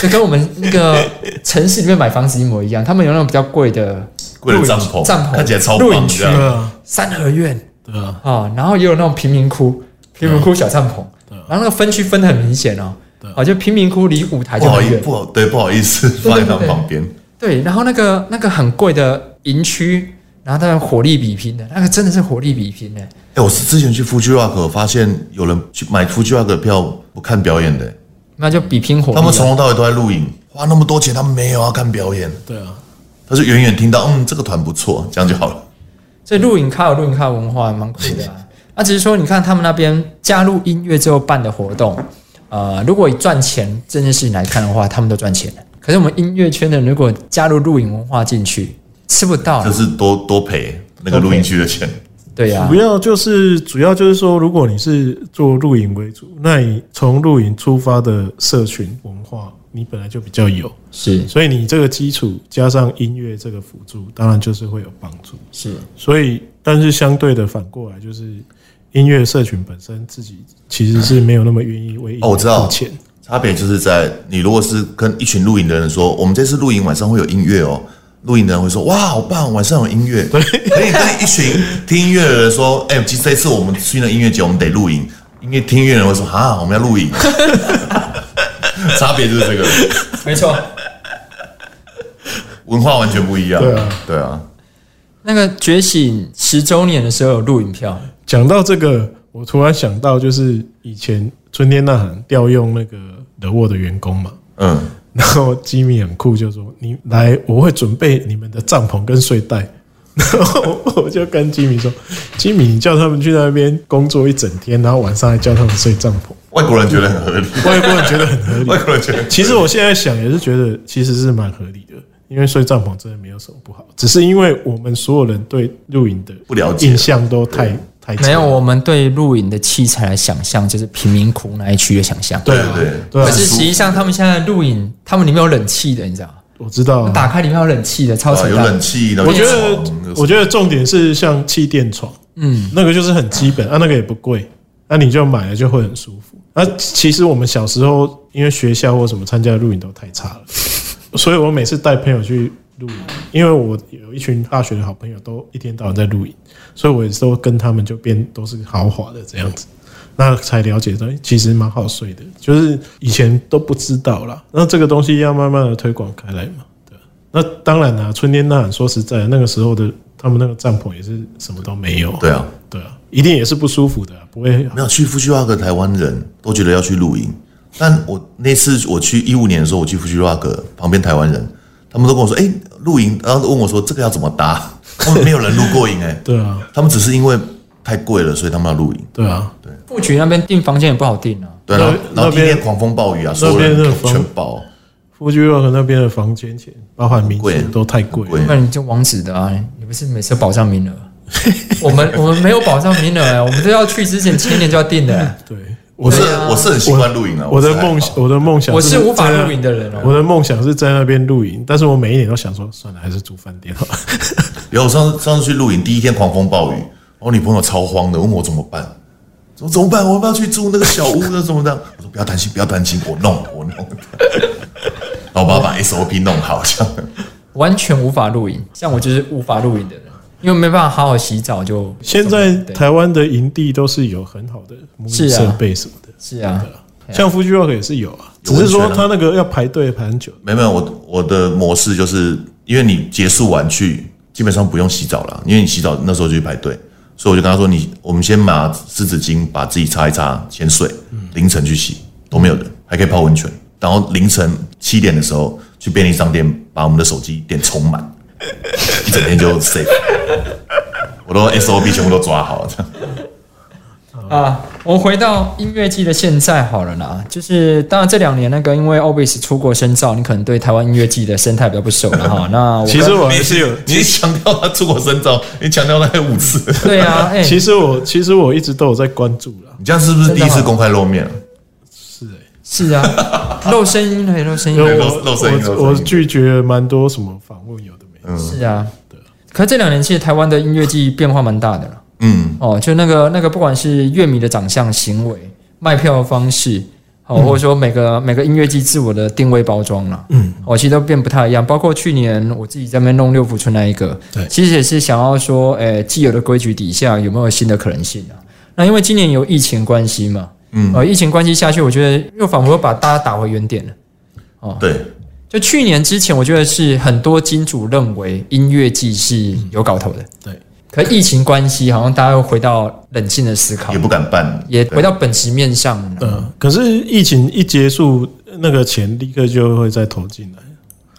Speaker 1: 这跟我们那 个城市里面买房子一模一样。他们有那种比较贵的
Speaker 2: 贵的
Speaker 1: 露营
Speaker 2: 帐篷，
Speaker 1: 帐篷
Speaker 2: 看起来超
Speaker 1: 露营
Speaker 2: 棒，
Speaker 1: 区
Speaker 2: 这样
Speaker 3: 啊，
Speaker 1: 三合院，
Speaker 3: 对啊，
Speaker 1: 哦，然后也有那种贫民窟、贫民
Speaker 2: 啊
Speaker 1: 窟小帐篷，然后那个分区分得很明显哦，哦，就贫民窟离舞台
Speaker 2: 不
Speaker 1: 就
Speaker 2: 好
Speaker 1: 很
Speaker 2: 意
Speaker 1: 远，
Speaker 2: 不好对不好意思
Speaker 1: 对
Speaker 2: 放在他们
Speaker 1: 对
Speaker 2: 旁边，
Speaker 1: 对，然后那个那个很贵的营区，然后它火力比拼的，那个真的是火力比拼的，
Speaker 2: 哎、我是之前去 Fuji Rock，我发现有人去买 Fuji Rock 的票不看表演的、
Speaker 1: 那就比拼火力啊。
Speaker 2: 他们从头到尾都在录影，花那么多钱，他们没有要看表演，
Speaker 3: 对啊，
Speaker 2: 他是远远听到，嗯，这个团不错，这样就好了。
Speaker 1: 所以录影咖有录影咖文化，蛮酷的、 啊。那只是说，你看他们那边加入音乐之后办的活动，呃，如果以赚钱这件事情来看的话，他们都赚钱了。可是我们音乐圈的，如果加入录影文化进去，吃不到啊、
Speaker 2: 就是多多赔那个录音区的钱，
Speaker 1: 对啊呀、
Speaker 3: 主要就是主要就是说，如果你是做露营为主，那你从露营出发的社群文化，你本来就比较有，
Speaker 1: 是
Speaker 3: 所以你这个基础加上音乐这个辅助，当然就是会有帮助。
Speaker 1: 是
Speaker 3: 所以，但是相对的反过来就是。音乐社群本身自己其实是没有那么愿意为音
Speaker 2: 哦我知道
Speaker 3: 乐付钱，
Speaker 2: 差别就是在你如果是跟一群录影的人说，哦我们这次录影晚上会有音乐哦，录影的人会说哇好棒，晚上有音乐。可以跟一群听音乐的人说，哎、其实这次我们去了音乐节，我们得录影。因为听音乐的人会说啊，我们要录影。 差别就是这个，
Speaker 1: 没错。
Speaker 2: 文化完全不一样。
Speaker 3: 对啊，
Speaker 2: 对啊。
Speaker 1: 那个觉醒十周年的时候有录影票，
Speaker 3: 讲到这个，我突然想到，就是以前春天呐喊调用那个德沃的员工嘛，
Speaker 2: 嗯，
Speaker 3: 然后吉米很酷，就说：“你来，我会准备你们的帐篷跟睡袋。” 然后我就跟吉米说：“吉米，你叫他们去那边工作一整天，然后晚上还叫他们睡帐篷。
Speaker 2: 外国人觉得很合理，”
Speaker 3: 外国人觉得很合理。
Speaker 2: 外国人觉得
Speaker 3: 其实我现在想也是觉得，其实是蛮合理的，因为睡帐篷真的没有什么不好，只是因为我们所有人对露营的
Speaker 2: 不了解啊
Speaker 3: 印象都太太
Speaker 1: 没有我们对录影的器材的想象，就是贫民窟那一区的想象。
Speaker 3: 对啊
Speaker 2: 对
Speaker 3: 对啊
Speaker 1: 可是实际上他们现在录影，他们里面有冷气的，你知道吗？
Speaker 3: 我知道、啊。
Speaker 1: 打开里面有冷气的，超
Speaker 2: 啊
Speaker 1: 扯
Speaker 2: 有
Speaker 1: 淡
Speaker 2: 冷。气，然后
Speaker 3: 我觉
Speaker 2: 有
Speaker 3: 得
Speaker 2: 床，
Speaker 3: 我觉得重点是像气垫床，
Speaker 1: 嗯，
Speaker 3: 那个就是很基本啊，那个也不贵，那、你就买了就会很舒服。啊，其实我们小时候因为学校或什么参加的露营都太差了，所以我每次带朋友去露营，因为我有一群大学的好朋友都一天到晚在露营，所以我也是都跟他们就变都是豪华的这样子。那才了解到，诶其实蛮好睡的，就是以前都不知道啦。那这个东西要慢慢的推广开来嘛，对啊。那当然啦、春天呐喊说实在的，那个时候的他们那个帐篷也是什么都没有。
Speaker 2: 对啊，
Speaker 3: 对啊，一定也是不舒服的啊，不会
Speaker 2: 没有去夫妻 rock 的台湾人都觉得要去露营，但我那次我去一五年的时候，我去夫妻 rock 旁边台湾人，他们都跟我说，哎、露营，然后问我说这个要怎么搭， 他们没有人露过营哎、
Speaker 3: 对啊，
Speaker 2: 他们只是因为太贵了，所以他们要露营。
Speaker 3: 对啊，
Speaker 1: 布局那边订房间也不好订啊。
Speaker 2: 对，
Speaker 3: 那
Speaker 2: 然后然后
Speaker 3: 那
Speaker 2: 第一
Speaker 3: 边
Speaker 2: 天狂风暴雨啊，所
Speaker 3: 那
Speaker 2: 有
Speaker 3: 边
Speaker 2: 人
Speaker 3: 那个
Speaker 2: 全
Speaker 3: 风
Speaker 2: 爆，
Speaker 3: 富居 rock 那边的房间钱，包含民
Speaker 2: 贵
Speaker 3: 宿都太贵
Speaker 2: 贵
Speaker 3: 了。
Speaker 1: 那你就王子的啊，你不是每次保障名额？我们我们没有保障名额、啊我们都要去之前前一年就要定的、啊
Speaker 3: 对，我是
Speaker 2: 是我是很习惯露营啊，
Speaker 3: 我的
Speaker 2: 是还好
Speaker 3: 梦想，我的梦想
Speaker 1: 我是无法
Speaker 3: 在那
Speaker 1: 露营的人哦
Speaker 3: 我的梦想是在那边露营，但是我每一年都想说，算了，还是住饭店好了。
Speaker 2: 有我上次上次去露营，第一天狂风暴雨，然后我女朋友超慌的，问我怎么办，怎么怎么办？我要不要去住那个小屋？那怎么样？我说不要担心，不要担心，我弄，我弄。 然后我把把 SOP 弄好，这样
Speaker 1: 完全无法露营。像我就是无法露营的人，因为没办法好好洗澡就。
Speaker 3: 现在
Speaker 1: 对
Speaker 3: 台湾的营地都是有很好的模拟
Speaker 1: 是啊
Speaker 3: 设备什么的，
Speaker 1: 是啊，
Speaker 3: 像富居 rock 也是有啊，
Speaker 2: 有
Speaker 3: 只是
Speaker 2: 温
Speaker 3: 说
Speaker 2: 泉啊
Speaker 3: 他那个要排队排很久。
Speaker 2: 没有没有，我我的模式就是因为你结束完去，基本上不用洗澡了，因为你洗澡那时候就去排队，所以我就跟他说你，我们先拿湿纸巾把自己擦一擦，先睡，凌晨去洗都没有人，还可以泡温泉，然后凌晨七点的时候去便利商店把我们的手机电充满，一整天就 safe，我都 SOP 全部都抓好了，这样
Speaker 1: 啊，我回到音乐季的现在好了啦，就是当然这两年那个因为 Obis 出国深造，你可能对台湾音乐季的生态比较不熟了 哈。那我
Speaker 3: 其实我还是有，
Speaker 2: 你强调他出国深造，你强调他五次，
Speaker 1: 对 啊，哎、
Speaker 3: 其实我其实我一直都有在关注啦。
Speaker 2: 你这样是不是第一次公开露面啊？
Speaker 3: 是哎、
Speaker 1: 是 啊，露声音了，露声音啊
Speaker 3: 因
Speaker 1: 了
Speaker 3: 为
Speaker 2: 露露嗯声音露声音嗯
Speaker 3: 我我拒绝蛮多什么访问，有的没的。
Speaker 1: 是啊，可这两年其实台湾的音乐季变化蛮大的了。
Speaker 2: 嗯，
Speaker 1: 哦，就那个那个，不管是乐迷的长相、行为、卖票的方式，哦，或者说每个每个音乐季自我的定位包装了，嗯，哦，其实都变不太一样。包括去年我自己在那边弄六福村那一个，
Speaker 3: 对
Speaker 1: 其实也是想要说，诶、既有的规矩底下有没有新的可能性啊？那因为今年有疫情关系嘛，嗯，呃，疫情关系下去，我觉得又仿佛把大家打回原点了。
Speaker 2: 对。
Speaker 1: 就去年之前，我觉得是很多金主认为音乐季是有搞头的，
Speaker 3: 对。
Speaker 1: 可疫情关系，好像大家又回到冷静的思考
Speaker 2: 也，不敢办，
Speaker 1: 也
Speaker 2: 对
Speaker 1: 回到本质面上了。
Speaker 3: 嗯，可是疫情一结束，那个钱立刻就会再投进来，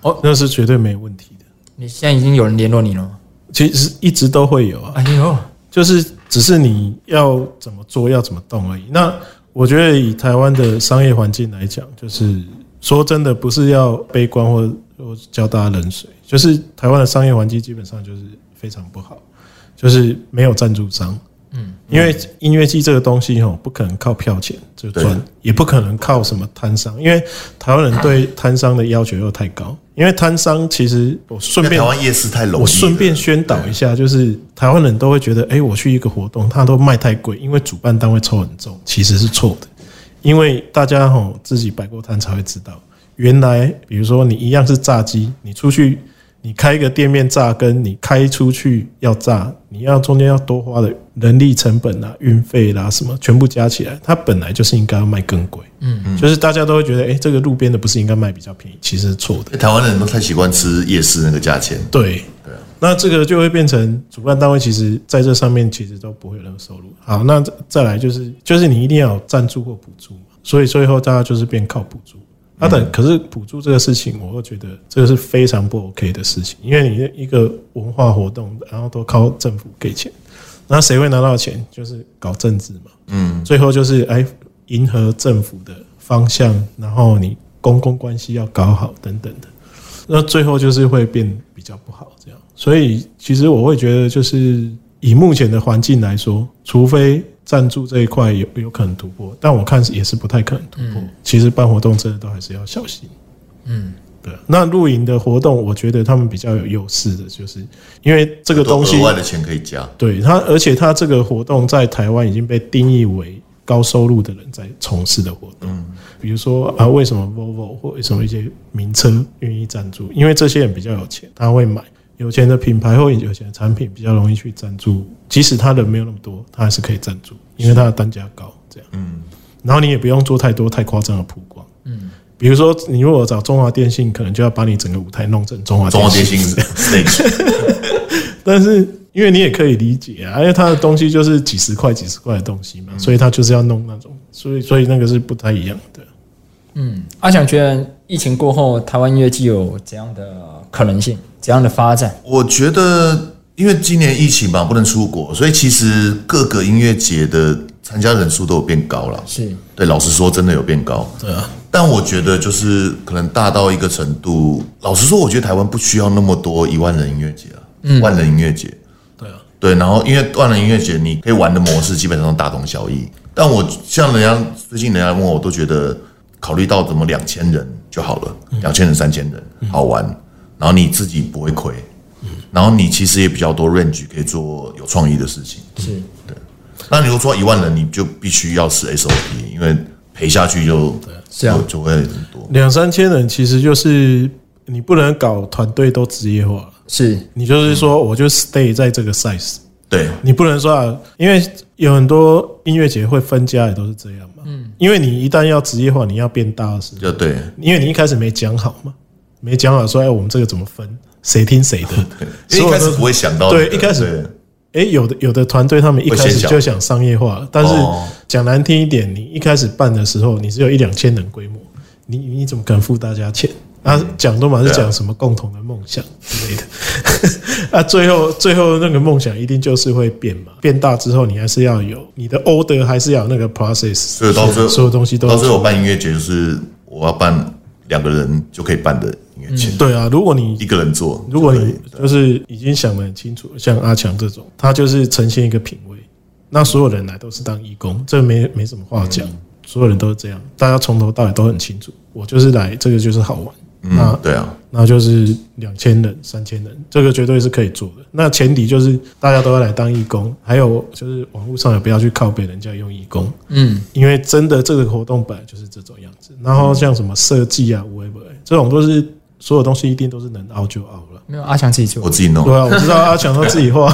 Speaker 1: 哦
Speaker 3: 哦，那是绝对没问题的。
Speaker 1: 你现在已经有人联络你了吗？
Speaker 3: 其实一直都会有啊，
Speaker 1: 哎呦，
Speaker 3: 就是只是你要怎么做，要怎么动而已。那我觉得以台湾的商业环境来讲，就是说真的，不是要悲观或或浇大家冷水，就是台湾的商业环境基本上就是非常不好，就是没有赞助商。嗯，因为音乐季这个东西吼，不可能靠票钱就赚
Speaker 2: 对，
Speaker 3: 也不可能靠什么摊商，因为台湾人对摊商的要求又太高。因为摊商其实我
Speaker 2: 因
Speaker 3: 顺
Speaker 2: 为
Speaker 3: 便
Speaker 2: 台湾夜市太容易了，
Speaker 3: 我顺便宣导一下，就是台湾人都会觉得，哎、我去一个活动，他都卖太贵，因为主办单位抽很重，其实是错的。因为大家吼自己摆过摊才会知道，原来比如说你一样是炸鸡，你出去你开一个店面炸，跟你开出去要炸，你要中间要多花的人力成本啊、运费啦什么，全部加起来，它本来就是应该要卖更贵。嗯嗯，就是大家都会觉得，哎、这个路边的不是应该卖比较便宜，其实是错的。
Speaker 2: 因为台湾人都太习惯吃夜市那个价钱，
Speaker 3: 对，那这个就会变成主办单位其实在这上面其实都不会有任何收入。好，那再再来就是就是你一定要有赞助或补助嘛，所以最后大家就是变靠补助。那等可是补助这个事情，我会觉得这个是非常不 OK 的事情，因为你的一个文化活动，然后都靠政府给钱，那谁会拿到钱？就是搞政治嘛。嗯，最后就是哎，迎合政府的方向，然后你公共关系要搞好等等的。那最后就是会变比较不好这样。所以其实我会觉得，就是以目前的环境来说，除非赞助这一块有有可能突破，但我看是也是不太可能突破。
Speaker 2: 嗯
Speaker 3: 其实办活动真的都还是要小心。嗯，对。那露营的活动，我觉得他们比较有优势的，就是因为这个东西
Speaker 2: 很多额外的钱可以加，
Speaker 3: 对他，而且他这个活动在台湾已经被定义为高收入的人在从事的活动。比如说啊，为什么 Volvo 或为什么一些名车愿意赞助？因为这些人比较有钱，他会买有钱的品牌或有钱的产品，比较容易去赞助。即使他人没有那么多，他还是可以赞助，因为他的单价高。这样，嗯，然后你也不用做太多太夸张的曝光，嗯。比如说，你如果 找中华电信，可能就要把你整个舞台弄成中华
Speaker 2: 中华
Speaker 3: 电
Speaker 2: 电信 stage
Speaker 3: 但是因为你也可以理解啊，因为他的东西就是几十块、几十块的东西
Speaker 2: 嗯
Speaker 3: 嘛，所以他就是要弄那种，所以所以那个是不太一样的。
Speaker 1: 阿翔觉得疫情过后，台湾音乐季有怎样的可能性？怎样的发展？
Speaker 2: 我觉得，因为今年疫情嘛，不能出国，所以其实各个音乐节的参加人数都有变高了。
Speaker 1: 是
Speaker 2: 对，老实说，真的有变高。
Speaker 3: 对啊，
Speaker 2: 但我觉得就是可能大到一个程度，老实说，我觉得台湾不需要那么多一万人音乐节啊，
Speaker 3: 嗯
Speaker 2: 万人音乐节。
Speaker 3: 对啊，
Speaker 2: 对，然后因为万人音乐节，你可以玩的模式基本上大同小异。但我像人家最近人家问我，我都觉得考虑到怎么两千人就好了，
Speaker 3: 嗯
Speaker 2: 两千人、三千人好玩，然后你自己不会亏，
Speaker 3: 嗯
Speaker 2: 然后你其实也比较多 range 可以做有创意的事情。
Speaker 1: 是，
Speaker 2: 那你如果做一万人，你就必须要是 SOP，因为赔下去就
Speaker 3: 啊
Speaker 1: 这样
Speaker 2: 就就会很多。
Speaker 3: 两三千人其实就是你不能搞团队都职业化，
Speaker 1: 是
Speaker 3: 你就是说我就 stay 在这个 size，
Speaker 2: 对，
Speaker 3: 你不能说啊，因为有很多音乐节会分家也都是这样嘛。嗯，因为你一旦要职业化，你要变大的时候，
Speaker 2: 就对，
Speaker 3: 因为你一开始没讲好嘛，没讲好说哎，我们这个怎么分，谁听谁的。
Speaker 2: 因为一开始
Speaker 3: 所有的
Speaker 2: 不会想到那个、
Speaker 3: 对，一开始，哎、有的有的团队他们一开
Speaker 2: 会先
Speaker 3: 始
Speaker 2: 想
Speaker 3: 就想商业化，但是
Speaker 2: 哦
Speaker 3: 讲难听一点，你一开始办的时候，你只有一两千人规模，你你怎么敢付大家钱？啊，讲都满是
Speaker 2: 对啊
Speaker 3: 讲什么共同的梦想之类的， 啊，最后最后那个梦想一定就是会变嘛，变大之后你还是要有你的 order，还是要有那个 process，
Speaker 2: 所以到最后
Speaker 3: 所有东西都
Speaker 2: 到最后我办音乐节就是我要办两个人就可以办的音乐节，
Speaker 3: 对啊，如果你
Speaker 2: 一个人做，
Speaker 3: 如果你就是已经想得很清楚，像阿强这种，他就是呈现一个品味，那所有人来都是当义工，这没没什么话讲，所有人都是这样，大家从头到尾都很清楚，我就是来，这个就是好玩，那
Speaker 2: 嗯，对啊，
Speaker 3: 那就是两千人、三千人，这个绝对是可以做的。那前提就是大家都要来当义工，还有就是网络上也不要去靠背人家用义工，
Speaker 1: 嗯，
Speaker 3: 因为真的这个活动本来就是这种样子。然后像什么设计啊、微博这种都是所有东西一定都是能凹就凹了。
Speaker 1: 没有阿强自己做
Speaker 2: 我，自己弄
Speaker 3: 对，啊，我知道阿强都自 己画，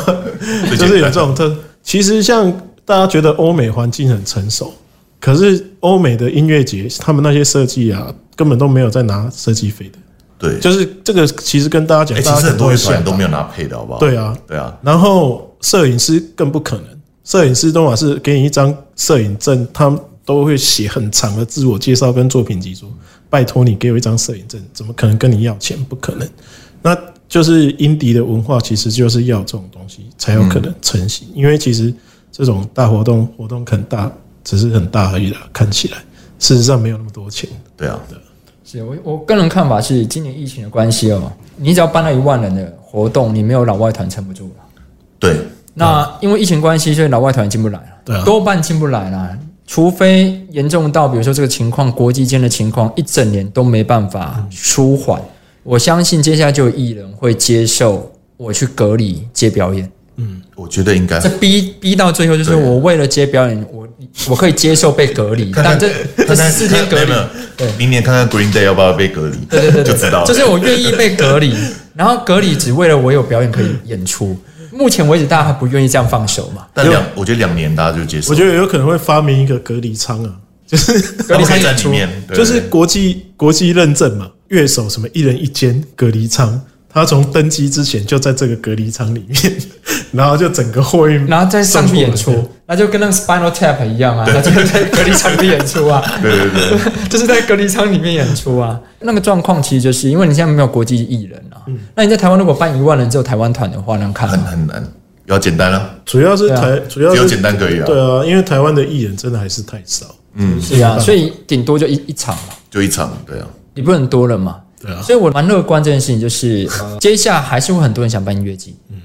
Speaker 3: 就是有这种特。其实像大家觉得欧美环境很成熟，可是欧美的音乐节，他们那些设计啊，根本都没有在拿设计费的。
Speaker 2: 对，
Speaker 3: 就是这个，其实跟大家
Speaker 2: 哎、
Speaker 3: 讲，
Speaker 2: 其
Speaker 3: 大家
Speaker 2: 实很多乐团都没有
Speaker 3: 有。
Speaker 2: 拿配的，好不好？
Speaker 3: 对啊，
Speaker 2: 对啊，
Speaker 3: 然后摄影师更不可能，摄影师都嘛是给你一张摄影证，他们都会写很长的自我介绍跟作品集说，拜托你给我一张摄影证，怎么可能跟你要钱？不可能。那就是英迪的文化，其实就是要这种东西才有可能成型，因为其实这种大活动活动很大，只是很大而已啦，看起来事实上没有那么多钱。
Speaker 2: 对啊，
Speaker 1: 是我我个人看法是，今年疫情的关系哦，你只要办到一万人的活动，你没有老外团撑不住了。
Speaker 2: 对，
Speaker 1: 那因为疫情关系，所以老外团进不来了，
Speaker 3: 对啊
Speaker 1: 多半进不来了。除非严重到，比如说这个情况，国际间的情况一整年都没办
Speaker 2: 嗯
Speaker 1: 法舒缓，我相信接下来就有艺人会接受我去隔离接表演。
Speaker 2: 我觉得应该
Speaker 1: 这逼逼到最后，就是
Speaker 2: 对
Speaker 1: 我为了接表演，我我可以接受被隔离，
Speaker 2: 看
Speaker 1: 但这这十四天隔离
Speaker 2: 没有，没
Speaker 1: 对
Speaker 2: 有明年看看 Green Day 要不要被隔离，
Speaker 1: 对对对对，
Speaker 2: 就知道了，
Speaker 1: 就是我愿意被隔离，然后隔离只为了我有表演可以演出。目前为止，大家还不愿意这样放手嘛？
Speaker 2: 但两，我觉得两年大家就接受，
Speaker 3: 我觉得有可能会发明一个隔离舱啊，就是
Speaker 1: 隔离
Speaker 2: 他
Speaker 1: 才
Speaker 2: 们可以在
Speaker 1: 演
Speaker 2: 里
Speaker 1: 出，
Speaker 2: 面，对
Speaker 3: 就是国际国际认证嘛，乐手什么一人一间隔离舱，他从登机之前就在这个隔离舱里面， 然后就整个货运，
Speaker 1: 然后再上去演出，那就跟那个 Spinal Tap 一样啊，那就是在隔离场地演出啊，
Speaker 2: 对对对对，
Speaker 1: 就是在隔离舱里面演出啊。那个状况其实就是因为你现在没有国际艺人啊，那你在台湾如果办一万人只有台湾团的话，能看
Speaker 2: 嗯很
Speaker 1: 吗？
Speaker 2: 很难，比较简单啊，
Speaker 3: 主要是
Speaker 1: 对啊
Speaker 3: 台主要
Speaker 2: 只有
Speaker 3: 是
Speaker 2: 简单可以啊，
Speaker 3: 对啊，因为台湾的艺人真的还是太少，
Speaker 2: 嗯，
Speaker 1: 是啊，所以顶多就一一场嘛，
Speaker 2: 就一场，对啊，
Speaker 1: 你不能多了嘛。
Speaker 3: 对啊，
Speaker 1: 所以我蛮乐观这件事情， 就是、呃接下来还是会很多人想办音乐季。嗯，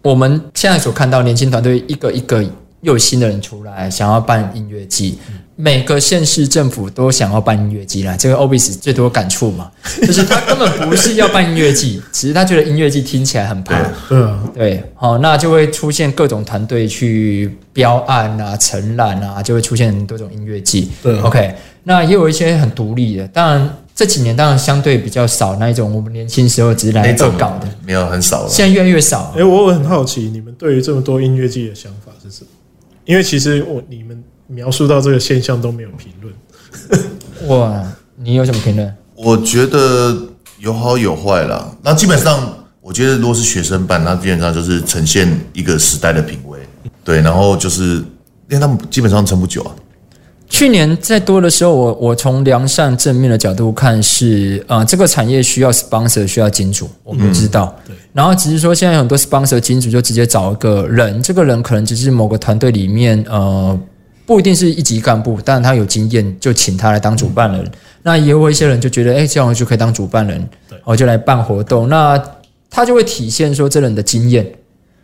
Speaker 1: 我们现在所看到年轻团队一个一个又有新的人出来，想要办音乐季，每个县市政府都想要办音乐季啦。这个 Obis 最多感触嘛，就是他根本不是要办音乐季，只是他觉得音乐季听起来很棒。
Speaker 2: 对
Speaker 3: 对啊，
Speaker 1: 对，好、那就会出现各种团队去标案啊、承揽啊，就会出现很多种音乐季。
Speaker 3: 对啊
Speaker 1: OK，那也有一些很独立的，当然这几年当然相对比较少那一种，我们年轻时候只是来
Speaker 2: 那
Speaker 1: 恶
Speaker 2: 种
Speaker 1: 搞的，
Speaker 2: 没有很少了，
Speaker 1: 现在越来越少
Speaker 3: 哎、。我我很好奇你们对于这么多音乐季的想法是什么？因为其实我你们描述到这个现象都没有评论，
Speaker 1: 哇，你有什么评论？
Speaker 2: 我觉得有好有坏啦。那基本上，我觉得如果是学生办，它基本上就是呈现一个时代的品味，对，然后就是因为他们基本上撑不久啊，
Speaker 1: 去年在多的时候，我我从良善正面的角度看是，呃，这个产业需要 sponsor，需要金主，我们知道。对。然后只是说，现在有很多 sponsor 金主就直接找一个人，这个人可能只是某个团队里面，呃，不一定是一级干部，但他有经验，就请他来当主办人。那也有一些人就觉得，哎、这样我就可以当主办人，
Speaker 3: 对
Speaker 1: 我就来办活动。那他就会体现说这人的经验。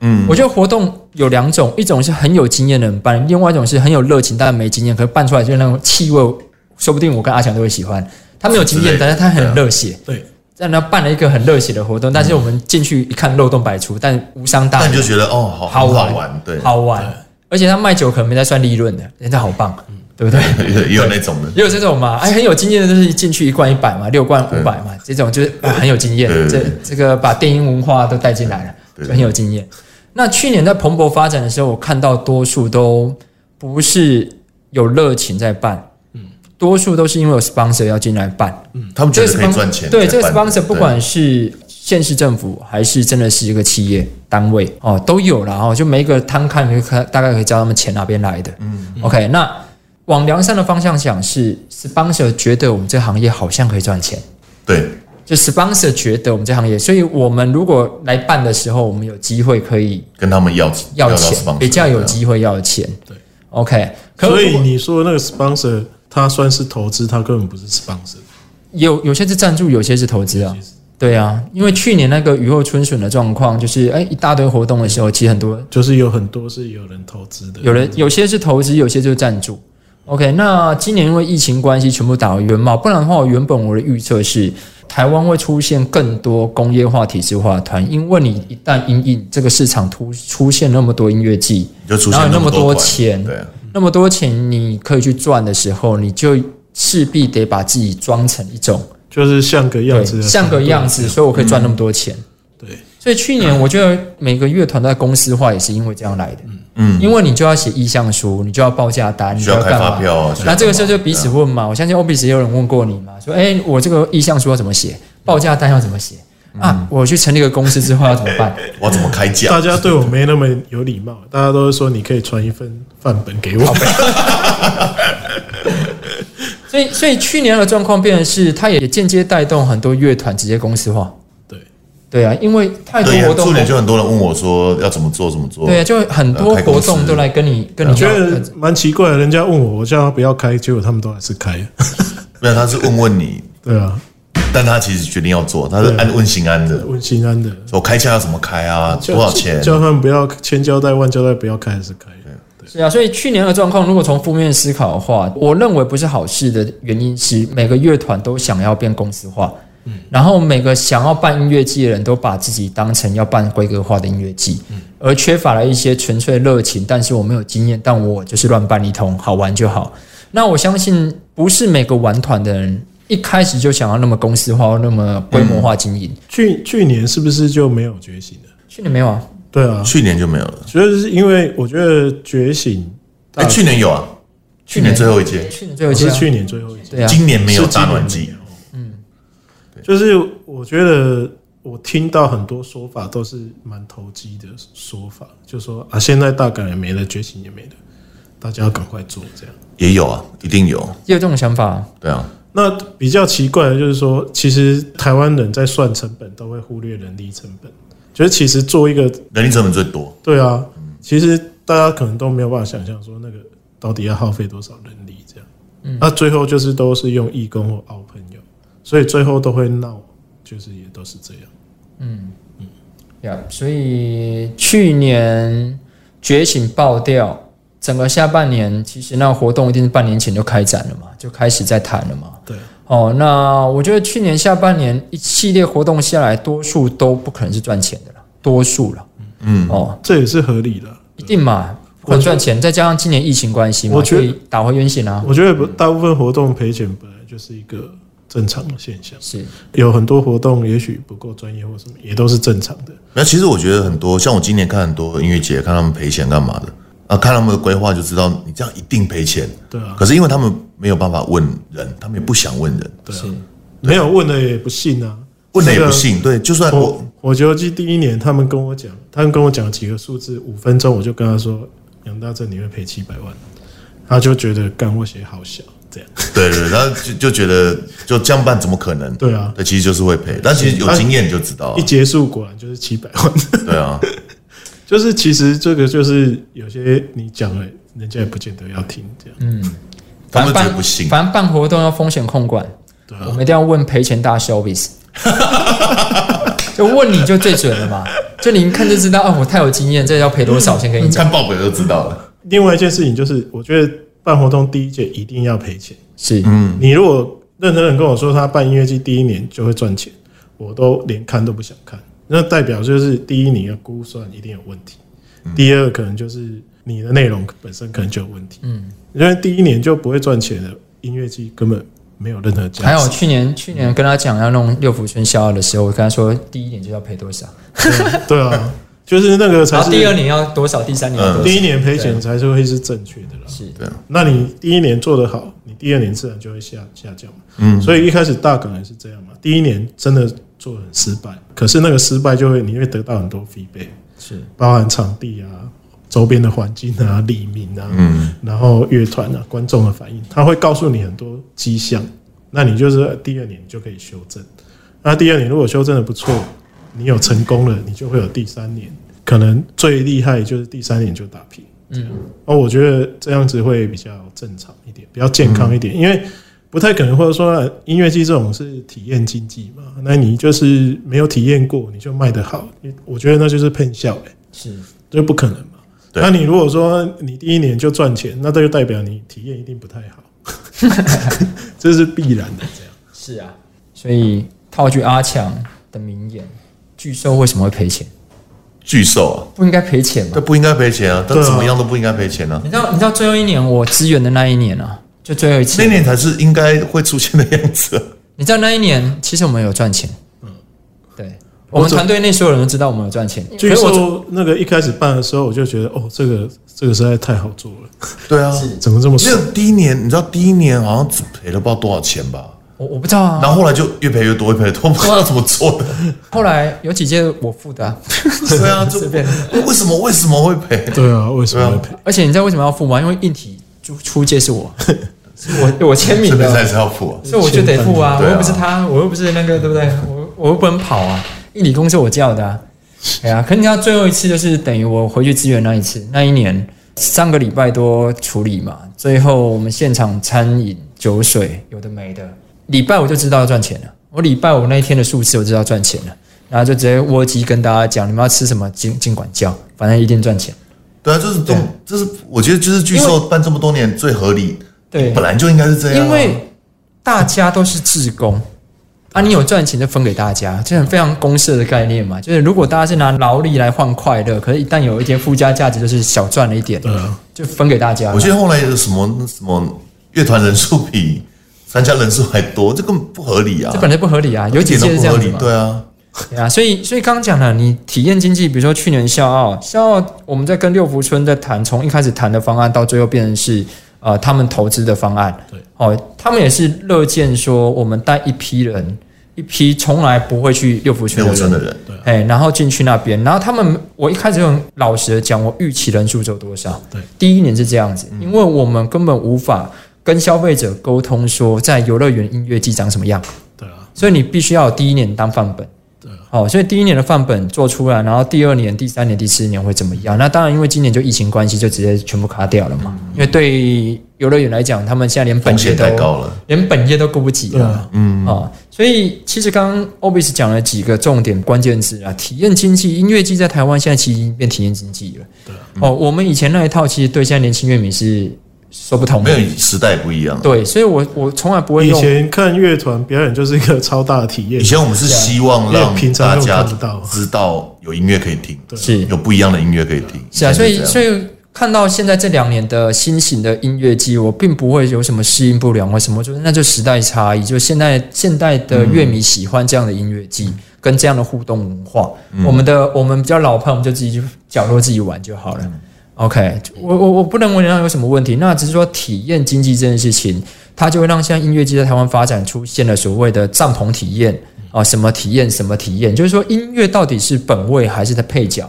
Speaker 1: 嗯，我觉得活动有两种，一种是很有经验的人办，另外一种是很有热情但没经验，可是办出来就是那种气味，说不定我跟阿强都会喜欢。他没有经
Speaker 2: 之
Speaker 1: 验
Speaker 2: 类，的
Speaker 1: 但是他很热血，
Speaker 3: 对，
Speaker 1: 但他办了一个很热血的活动，但是我们进去一看漏洞百出，但无伤大雅。
Speaker 2: 嗯但你就觉得哦，好
Speaker 1: 好
Speaker 2: 好
Speaker 1: 玩
Speaker 2: 玩，对，嗯
Speaker 1: 好玩，而且他卖酒可能没在算利润的，人家好棒，对不对？
Speaker 2: 也也有那种的，
Speaker 1: 也有这种嘛，哎，很有经验的，就是进去一罐一百嘛，六罐五百嘛，这种就是、啊很有经验
Speaker 2: 对，
Speaker 1: 这这个把电音文化都带进来了，
Speaker 2: 对
Speaker 1: 就很有经验。那去年在蓬勃发展的时候，我看到多数都不是有热情在办，
Speaker 2: 嗯
Speaker 1: 多数都是因为有 sponsor 要进来办，
Speaker 2: 他们觉
Speaker 1: 这
Speaker 2: 得
Speaker 1: 个
Speaker 2: 可以
Speaker 1: sponsor-
Speaker 2: 赚钱，
Speaker 1: 嗯对，这个
Speaker 2: 才办
Speaker 1: sponsor 不
Speaker 2: 对
Speaker 1: 管是县市政府还是真的是一个企业单位哦，都有了哦，就每一个摊看，你就看大概可以知道他们钱哪边来的。嗯，OK，那往良善的方向想是 sponsor 觉得我们这个行业好像可以赚钱。
Speaker 2: 对，
Speaker 1: 就 sponsor 觉得我们这行业，所以我们如果来办的时候，我们有机会可以
Speaker 2: 跟他们要
Speaker 1: 要
Speaker 2: 到
Speaker 1: 钱，
Speaker 2: sponsor，
Speaker 1: 比较有
Speaker 2: 对啊
Speaker 1: 机会要钱。
Speaker 3: 对
Speaker 1: ，OK，可
Speaker 3: 所以
Speaker 1: 如果
Speaker 3: 你说那个 sponsor，他算是投资，他根本不是 sponsor。
Speaker 1: 有有些是赞助，有些是投资啊。对啊，因为去年那个雨后春笋的状况，就是哎一大堆活动的时候，其实很多
Speaker 3: 就是有很多是有人投资的，
Speaker 1: 有人有些是投资，有些就是赞助。OK，那今年因为疫情关系，全部打回原貌，不然的话，我原本我的预测是台湾会出现更多工业化、体制化的团，因为你一旦因应这个市场突出现那么多音乐季，
Speaker 2: 你就出
Speaker 1: 哪有
Speaker 2: 现
Speaker 1: 那么多
Speaker 2: 团
Speaker 1: 钱
Speaker 2: 对啊，
Speaker 3: 嗯
Speaker 1: 那么多钱你可以去赚的时候，你就势必得把自己装成一种
Speaker 3: 就是像个样
Speaker 1: 对
Speaker 3: 子的，
Speaker 1: 像个样子，所以我可以赚那
Speaker 3: 嗯
Speaker 1: 么多钱。
Speaker 3: 对，
Speaker 1: 所以去年
Speaker 3: 嗯
Speaker 1: 我觉得每个乐团都在公司化也是因为这样来的，
Speaker 2: 嗯，
Speaker 1: 因为你就要写意向书，你就要报价单，你
Speaker 2: 需
Speaker 1: 就
Speaker 2: 要开
Speaker 1: 干
Speaker 2: 发
Speaker 1: 嘛？
Speaker 2: 票啊，需要
Speaker 1: 那这个时候
Speaker 2: 干嘛嗯
Speaker 1: 就彼此问嘛，我相信 OBS 也有人问过你嘛，说，哎、我这个意向书要怎么写？报价单要怎么写？
Speaker 2: 嗯
Speaker 1: 啊，我去成立一个公司之后要怎么 办？
Speaker 2: 我要怎么开价
Speaker 3: 大？家对我没那么有礼貌，大家都是说你可以传一份范本给我，
Speaker 1: 所以，所以去年的状况变成是，它也间接带动很多乐团直接公司化。
Speaker 3: 对，
Speaker 1: 对啊，因为太多
Speaker 2: 对
Speaker 1: 活
Speaker 2: 呀，
Speaker 1: 动
Speaker 2: 去，年就很呃多人问我说要怎么做，怎么做？
Speaker 1: 对啊，就很多活动都来跟你跟你
Speaker 3: 我觉
Speaker 1: 要
Speaker 3: 得蛮奇怪的。人家问我，我叫他不要开，结果他们都还是开，
Speaker 2: 没有，他是问问你，
Speaker 3: 对啊，
Speaker 2: 但他其实决定要做，他是
Speaker 3: 对
Speaker 2: 按问心安的。
Speaker 3: 问心安的，
Speaker 2: 我开价要怎么开啊？
Speaker 3: 叫
Speaker 2: 多少钱？
Speaker 3: 叫他们不要千交代万交代，不要开还是开，
Speaker 1: 是啊，所以去年的状况，如果从负面思考的话，我认为不是好事的原因是每个乐团都想要变公司化，然后每个想要办音乐季的人都把自己当成要办规格化的音乐季，而缺乏了一些纯粹热情，但是我没有经验，但我就是乱办一通，好玩就好。那我相信不是每个玩团的人一开始就想要那么公司化、那么规模化经营。
Speaker 2: 嗯
Speaker 3: 去去年是不是就没有觉醒了？
Speaker 1: 去年没有啊，
Speaker 3: 对啊，
Speaker 2: 去年就没有了。
Speaker 3: 主要是因为我觉得觉醒，
Speaker 2: 哎，去年有啊，去年最后一届，
Speaker 1: 去年最后一届
Speaker 3: 是
Speaker 1: 啊、
Speaker 3: 去年最后一届，
Speaker 1: 对啊，
Speaker 2: 今年没有
Speaker 3: 是今
Speaker 2: 大
Speaker 3: 年
Speaker 2: 暖季。
Speaker 3: 就是我觉得我听到很多说法都是蛮投机的说法，就说啊，现在大港也没了，觉醒也没了，大家要赶快做这样。
Speaker 2: 也有啊，一定有。
Speaker 1: 也有这种想法啊、
Speaker 2: 对啊，
Speaker 3: 那比较奇怪的就是说，其实台湾人在算成本都会忽略人力成本，就是其实做一个
Speaker 2: 人力成本最多。
Speaker 3: 对啊，其实大家可能都没有办法想象说那个到底要耗费多少人力这样。那、最后就是都是用义工或澳朋友，所以最后都会闹，就是也都是这样。
Speaker 1: 呀、所以去年觉醒爆掉，整个下半年其实那活动一定是半年前就开展了嘛，就开始在谈了嘛。
Speaker 3: 对。
Speaker 1: 哦，那我觉得去年下半年一系列活动下来，多数都不可能是赚钱的了，多数了。嗯，哦，
Speaker 3: 这也是合理的。啊
Speaker 1: 一定嘛，不可
Speaker 3: 我
Speaker 1: 能
Speaker 3: 觉得
Speaker 1: 赚钱，再加上今年疫情关系嘛，
Speaker 3: 我觉得
Speaker 1: 所以打回原形啊。
Speaker 3: 我觉得不大部分活动赔钱本来就是一个正常的现象，
Speaker 1: 是，
Speaker 3: 有很多活动也许不够专业或什么，也都是正常的。
Speaker 2: 那其实我觉得很多，像我今年看很多音乐节，看他们赔钱干嘛的啊，看他们的规划就知道，你这样一定赔钱。
Speaker 3: 对啊，
Speaker 2: 可是因为他们没有办法问人，他们也不想问人，
Speaker 3: 对啊，没有问了也不信啊，
Speaker 2: 问了也不信。对，就算
Speaker 3: 那个。
Speaker 2: 我
Speaker 3: 活我觉得记第一年，他们跟我讲，他们跟我讲几个数字，五分钟我就跟他说，杨大正你会赔七百万，他就觉得干我写好小，这样
Speaker 2: 对对，然后就就觉得就这样办怎么可能？
Speaker 3: 对啊
Speaker 2: 对，其实就是会赔，但其实有经验你就知道啊
Speaker 3: 一，结束果然就是七百万，
Speaker 2: 对啊，
Speaker 3: 就是其实这个就是有些你讲了，人家也不见得要听，这样
Speaker 2: 他
Speaker 1: 反正
Speaker 2: 们觉得
Speaker 1: 办
Speaker 2: 不啊信，
Speaker 1: 反正办活动要风险控管，
Speaker 3: 对
Speaker 1: 我们一定要问赔钱大 showbiz，就问你就最准了嘛，就你一看就知道，哦，我太有经验，这要赔多少，先跟你讲，
Speaker 2: 看报表就知道了。
Speaker 3: 另外一件事情就是，我觉得办活动第一届一定要赔钱。
Speaker 1: 是，
Speaker 2: 嗯
Speaker 3: 你如果认真的跟我说他办音乐季第一年就会赚钱，我都连看都不想看。那代表就是第一，你的估算一定有问题；
Speaker 1: 嗯
Speaker 3: 第二，可能就是你的内容本身可能就有问题。嗯，因为第一年就不会赚钱的音乐季根本没有任何价值。
Speaker 1: 还有去年去年跟他讲要弄六福村逍遥的时候，我跟他说第一年就要赔多少，
Speaker 3: 对啊，就是那个才
Speaker 1: 然后
Speaker 3: 是
Speaker 1: 第二年要多少，第三年要多
Speaker 3: 第
Speaker 1: 少，
Speaker 2: 嗯
Speaker 3: 一年赔钱才是会是正确的啦。
Speaker 1: 是
Speaker 2: 对啊，
Speaker 3: 那你第一年做得好，你第二年自然就会下下降嘛。嗯，所以一开始大港也是这样嘛，第一年真的做得很失败，可是那个失败就会你会得到很多 feedback，
Speaker 1: 是，
Speaker 3: 包含场地啊、周边的环境啊、黎明啊，嗯，然后乐团啊、观众的反应，他会告诉你很多迹象，那你就是呃第二年你就可以修正。那第二年如果修正的不错，你有成功了，你就会有第三年，可能最厉害就是第三年就打平。
Speaker 1: 嗯，
Speaker 3: 哦，我觉得这样子会比较正常一点，比较健康一点，因为不太可能，或者说呃音乐季这种是体验经济嘛，那你就是没有体验过，你就卖得好，你我觉得那就是骗笑、欸，
Speaker 1: 是
Speaker 3: 这不可能嘛。
Speaker 2: 对
Speaker 3: 那你如果说你第一年就赚钱，那这就代表你体验一定不太好， 这是必然的。这样
Speaker 1: 是啊，所以套句阿强的名言，巨兽为什么会赔钱？
Speaker 2: 巨兽啊，
Speaker 1: 不应该赔钱吗
Speaker 2: 他？不应该赔钱啊，他
Speaker 3: 对啊
Speaker 2: 怎么样都不应该赔钱啊。
Speaker 1: 你知道，你知道最后一年我支援的那一年啊，就最后一次
Speaker 2: 那，年才是应该会出现的样子啊、
Speaker 1: 你知道那一年其实我们有赚钱，嗯，对，我们团队内所有人都知道我们有赚钱，
Speaker 3: 据
Speaker 1: 可是我
Speaker 3: 说那个一开始办的时候，我就觉得哦，这个这个实在太好做了，
Speaker 2: 对啊，
Speaker 3: 怎么这么
Speaker 2: 那
Speaker 3: 爽？
Speaker 2: 个第一年，你知道第一年好像只赔了不知道多少钱吧，
Speaker 1: 我我不知道啊，
Speaker 2: 然后后来就越赔越多，越赔越多，不知道怎么做的。
Speaker 1: 后来有几届我付的、啊，
Speaker 2: 对啊，这
Speaker 1: 随便
Speaker 2: 为什么为什么会赔？
Speaker 3: 对啊，为什么会赔？
Speaker 1: 而且你知道为什么要付吗？因为硬体出出借是我，是我我签名
Speaker 2: 这边才
Speaker 1: 的，
Speaker 2: 是要付啊。
Speaker 1: 所以我就得付啊，
Speaker 2: 对
Speaker 1: 我
Speaker 2: 啊
Speaker 1: 又不是他，我又不是那个，对 不对？我我又不能跑啊，硬体工是我叫的、啊，哎呀、可你知道最后一次就是等于我回去支援那一次，那一年上个礼拜多处理嘛，最后我们现场餐饮、酒水有的没的，礼拜我就知道要赚钱了，我礼拜我那一天的数字我知道赚钱了，然后就直接窝机跟大家讲，你们要吃什么尽尽管叫，反正一定赚钱。
Speaker 2: 对啊，就是这种，这是我觉得就是巨兽办这么多年最合理，
Speaker 1: 对
Speaker 2: 本来就应该是这样啊。
Speaker 1: 因为大家都是志工啊，你有赚钱就分给大家，这很非常公社的概念嘛。就是如果大家是拿劳力来换快乐，可是一旦有一点附加价值，就是小赚了一点，
Speaker 3: 对啊，
Speaker 1: 就分给大家
Speaker 2: 我
Speaker 1: 了。
Speaker 2: 觉得后来有什么什么乐团人数比参加人数还多，这根本不合理啊
Speaker 1: 这，本来不合理啊，有
Speaker 2: 一
Speaker 1: 几
Speaker 2: 点都
Speaker 1: 届是
Speaker 2: 不
Speaker 1: 这
Speaker 2: 合
Speaker 1: 样子
Speaker 2: 理。
Speaker 1: 嘛？
Speaker 2: 对啊，
Speaker 1: 对啊，所以所以刚刚讲了，你体验经济，比如说去年笑傲，笑傲我们在跟六福村在谈，从一开始谈的方案，到最后变成是呃他们投资的方案。
Speaker 3: 对，
Speaker 1: 哦，他们也是乐见说，我们带一批人，一批从来不会去六福村的
Speaker 2: 六五村
Speaker 1: 人
Speaker 2: 的，人，
Speaker 1: 哎，然后进去那边，然后他们，我一开始就很老实的讲，我预期人数只有多少？
Speaker 3: 对，
Speaker 1: 第一年是这样子，因为我们根本无法跟消费者沟通说，在游乐园音乐季长什么样，
Speaker 3: 对啊，
Speaker 1: 所以你必须要有第一年当范本。
Speaker 3: 对啊，
Speaker 1: 哦，所以第一年的范本做出来，然后第二年、第三年、第四年会怎么样？那当然，因为今年就疫情关系，就直接全部卡掉了嘛。因为对游乐园来讲，他们现在连本
Speaker 2: 嗯风
Speaker 1: 业
Speaker 2: 险
Speaker 1: 都
Speaker 2: 太高了。
Speaker 1: 连本业都顾不及
Speaker 3: 对啊
Speaker 1: 了。嗯啊，所以其实刚刚 Obis 讲了几个重点关键字啊，体验经济、音乐季在台湾现在其实已经变体验经济了。
Speaker 3: 对啊
Speaker 1: 哦，我们以前那一套其实对现在年轻乐迷是说不通
Speaker 2: 没
Speaker 1: 的。
Speaker 2: 有时代不一样啊，
Speaker 1: 对，所以我我从来不会
Speaker 3: 以
Speaker 1: 用
Speaker 3: 前看乐团表演就是一个超大的体验
Speaker 2: 以，前我们是希望让
Speaker 3: 因为平常
Speaker 2: 大
Speaker 3: 都
Speaker 2: 家
Speaker 3: 看不到啊
Speaker 2: 知道有音乐可以听，
Speaker 1: 是
Speaker 2: 有不一样的音乐可以听。
Speaker 1: 是啊，所
Speaker 2: 以
Speaker 1: 以
Speaker 2: 前是这
Speaker 1: 所
Speaker 2: 样
Speaker 1: 以看到现在这两年的新型的音乐季，我并不会有什么适应不良或什么，就是那就时代差异，就现在现代的乐迷喜欢这样的音乐季。跟这样的互动文化，我们的我们比较老派，我们就自己去角落自己玩就好了。OK，我我我不认为那有什么问题，那只是说体验经济这件事情，它就会让现在音乐季在台湾发展出现了所谓的帐篷体验啊，什么体验什么体验，就是说音乐到底是本位还是它配角？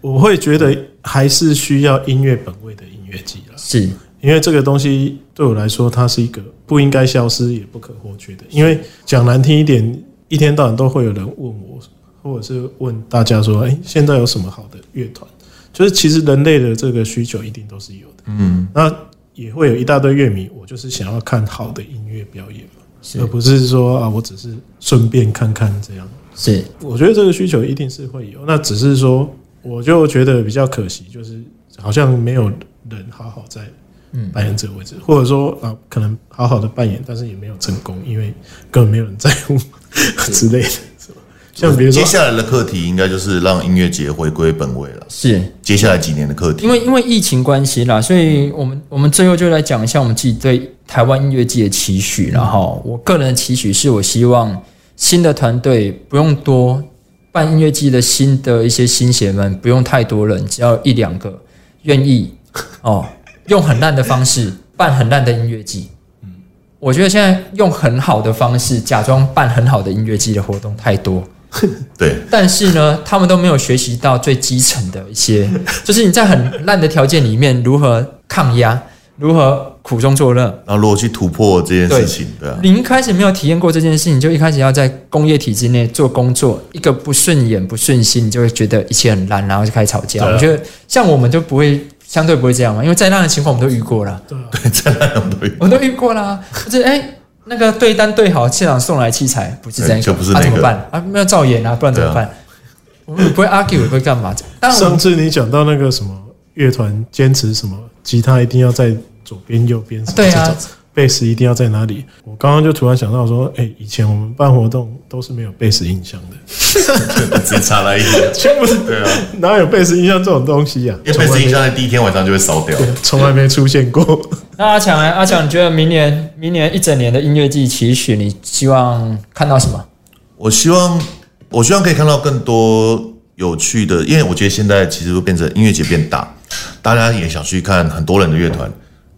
Speaker 3: 我会觉得还是需要音乐本位的音乐季啦，
Speaker 1: 是
Speaker 3: 因为这个东西对我来说，它是一个不应该消失也不可或缺的。因为讲难听一点，一天到晚都会有人问我，或者是问大家说：“哎、现在有什么好的乐团？”就是其实人类的这个需求一定都是有的，嗯，那也会有一大堆乐迷，我就是想要看好的音乐表演嘛，而不是说啊，我只是顺便看看这样。
Speaker 1: 是
Speaker 3: 我觉得这个需求一定是会有，那只是说，我就觉得比较可惜，就是好像没有人好好在扮演这个位置，或者说啊，可能好好的扮演，但是也没有成功，因为根本没有人在乎之类的，是吧？像比如
Speaker 2: 接，
Speaker 3: 说
Speaker 2: 下来的课题应该就是让音乐节回归本位了。
Speaker 1: 是，
Speaker 2: 接下来几年的课题
Speaker 1: 因，为因为疫情关系啦，所以我们我们最后就来讲一下我们自己对台湾音乐季的期许。然后，我个人的期许是我希望新的团队不用多，办音乐季的新的一些新血们不用太多人，只要一两个愿意哦， 用很烂的方式办很烂的音乐季。我觉得现在用很好的方式假装办很好的音乐季的活动太多，
Speaker 2: 对，
Speaker 1: 但是呢，他们都没有学习到最基层的一些，就是你在很烂的条件里面如何抗压，如何苦中作乐。
Speaker 2: 然后如何去突破这件事情，对啊，
Speaker 1: 零开始没有体验过这件事情，就一开始要在工业体制内做工作，一个不顺眼、不顺心，你就会觉得一切很烂，然后就开始吵架。
Speaker 3: 对啊
Speaker 1: 我觉得像我们就不会，相对不会这样嘛，因为再烂的情况我们都遇过了。
Speaker 3: 对啊，
Speaker 2: 对， 在那种东西
Speaker 1: 我都遇过啦，就是哎、那个对单对好，现场送来器材不是这样，
Speaker 2: 对就不是那
Speaker 1: 啊、
Speaker 2: 个
Speaker 1: 怎么办啊？没有照演啊，不然怎么办？我们也不会 argue，也不会干嘛？当然我
Speaker 3: 上
Speaker 1: 们
Speaker 3: 次你讲到那个什么乐团坚持什么吉他一定要在左边右边，什么
Speaker 1: 对
Speaker 3: 这
Speaker 1: 啊
Speaker 3: 种，贝斯一定要在哪里？我刚刚就突然想到说，哎、以前我们办活动都是没有贝斯音箱的，
Speaker 2: 直接插在一起，
Speaker 3: 全部是
Speaker 2: 对啊，
Speaker 3: 哪有贝斯音箱这种东西呀、啊
Speaker 2: 因为被声音箱在第一天晚上就会烧掉。
Speaker 3: 从来没出现过。
Speaker 1: 那阿强呢？阿强，你觉得明年明年一整年的音乐季期许，你希望看到什么？
Speaker 2: 我希望，我希望可以看到更多有趣的，因为我觉得现在其实都变成音乐节变大，大家也想去看很多人的乐团，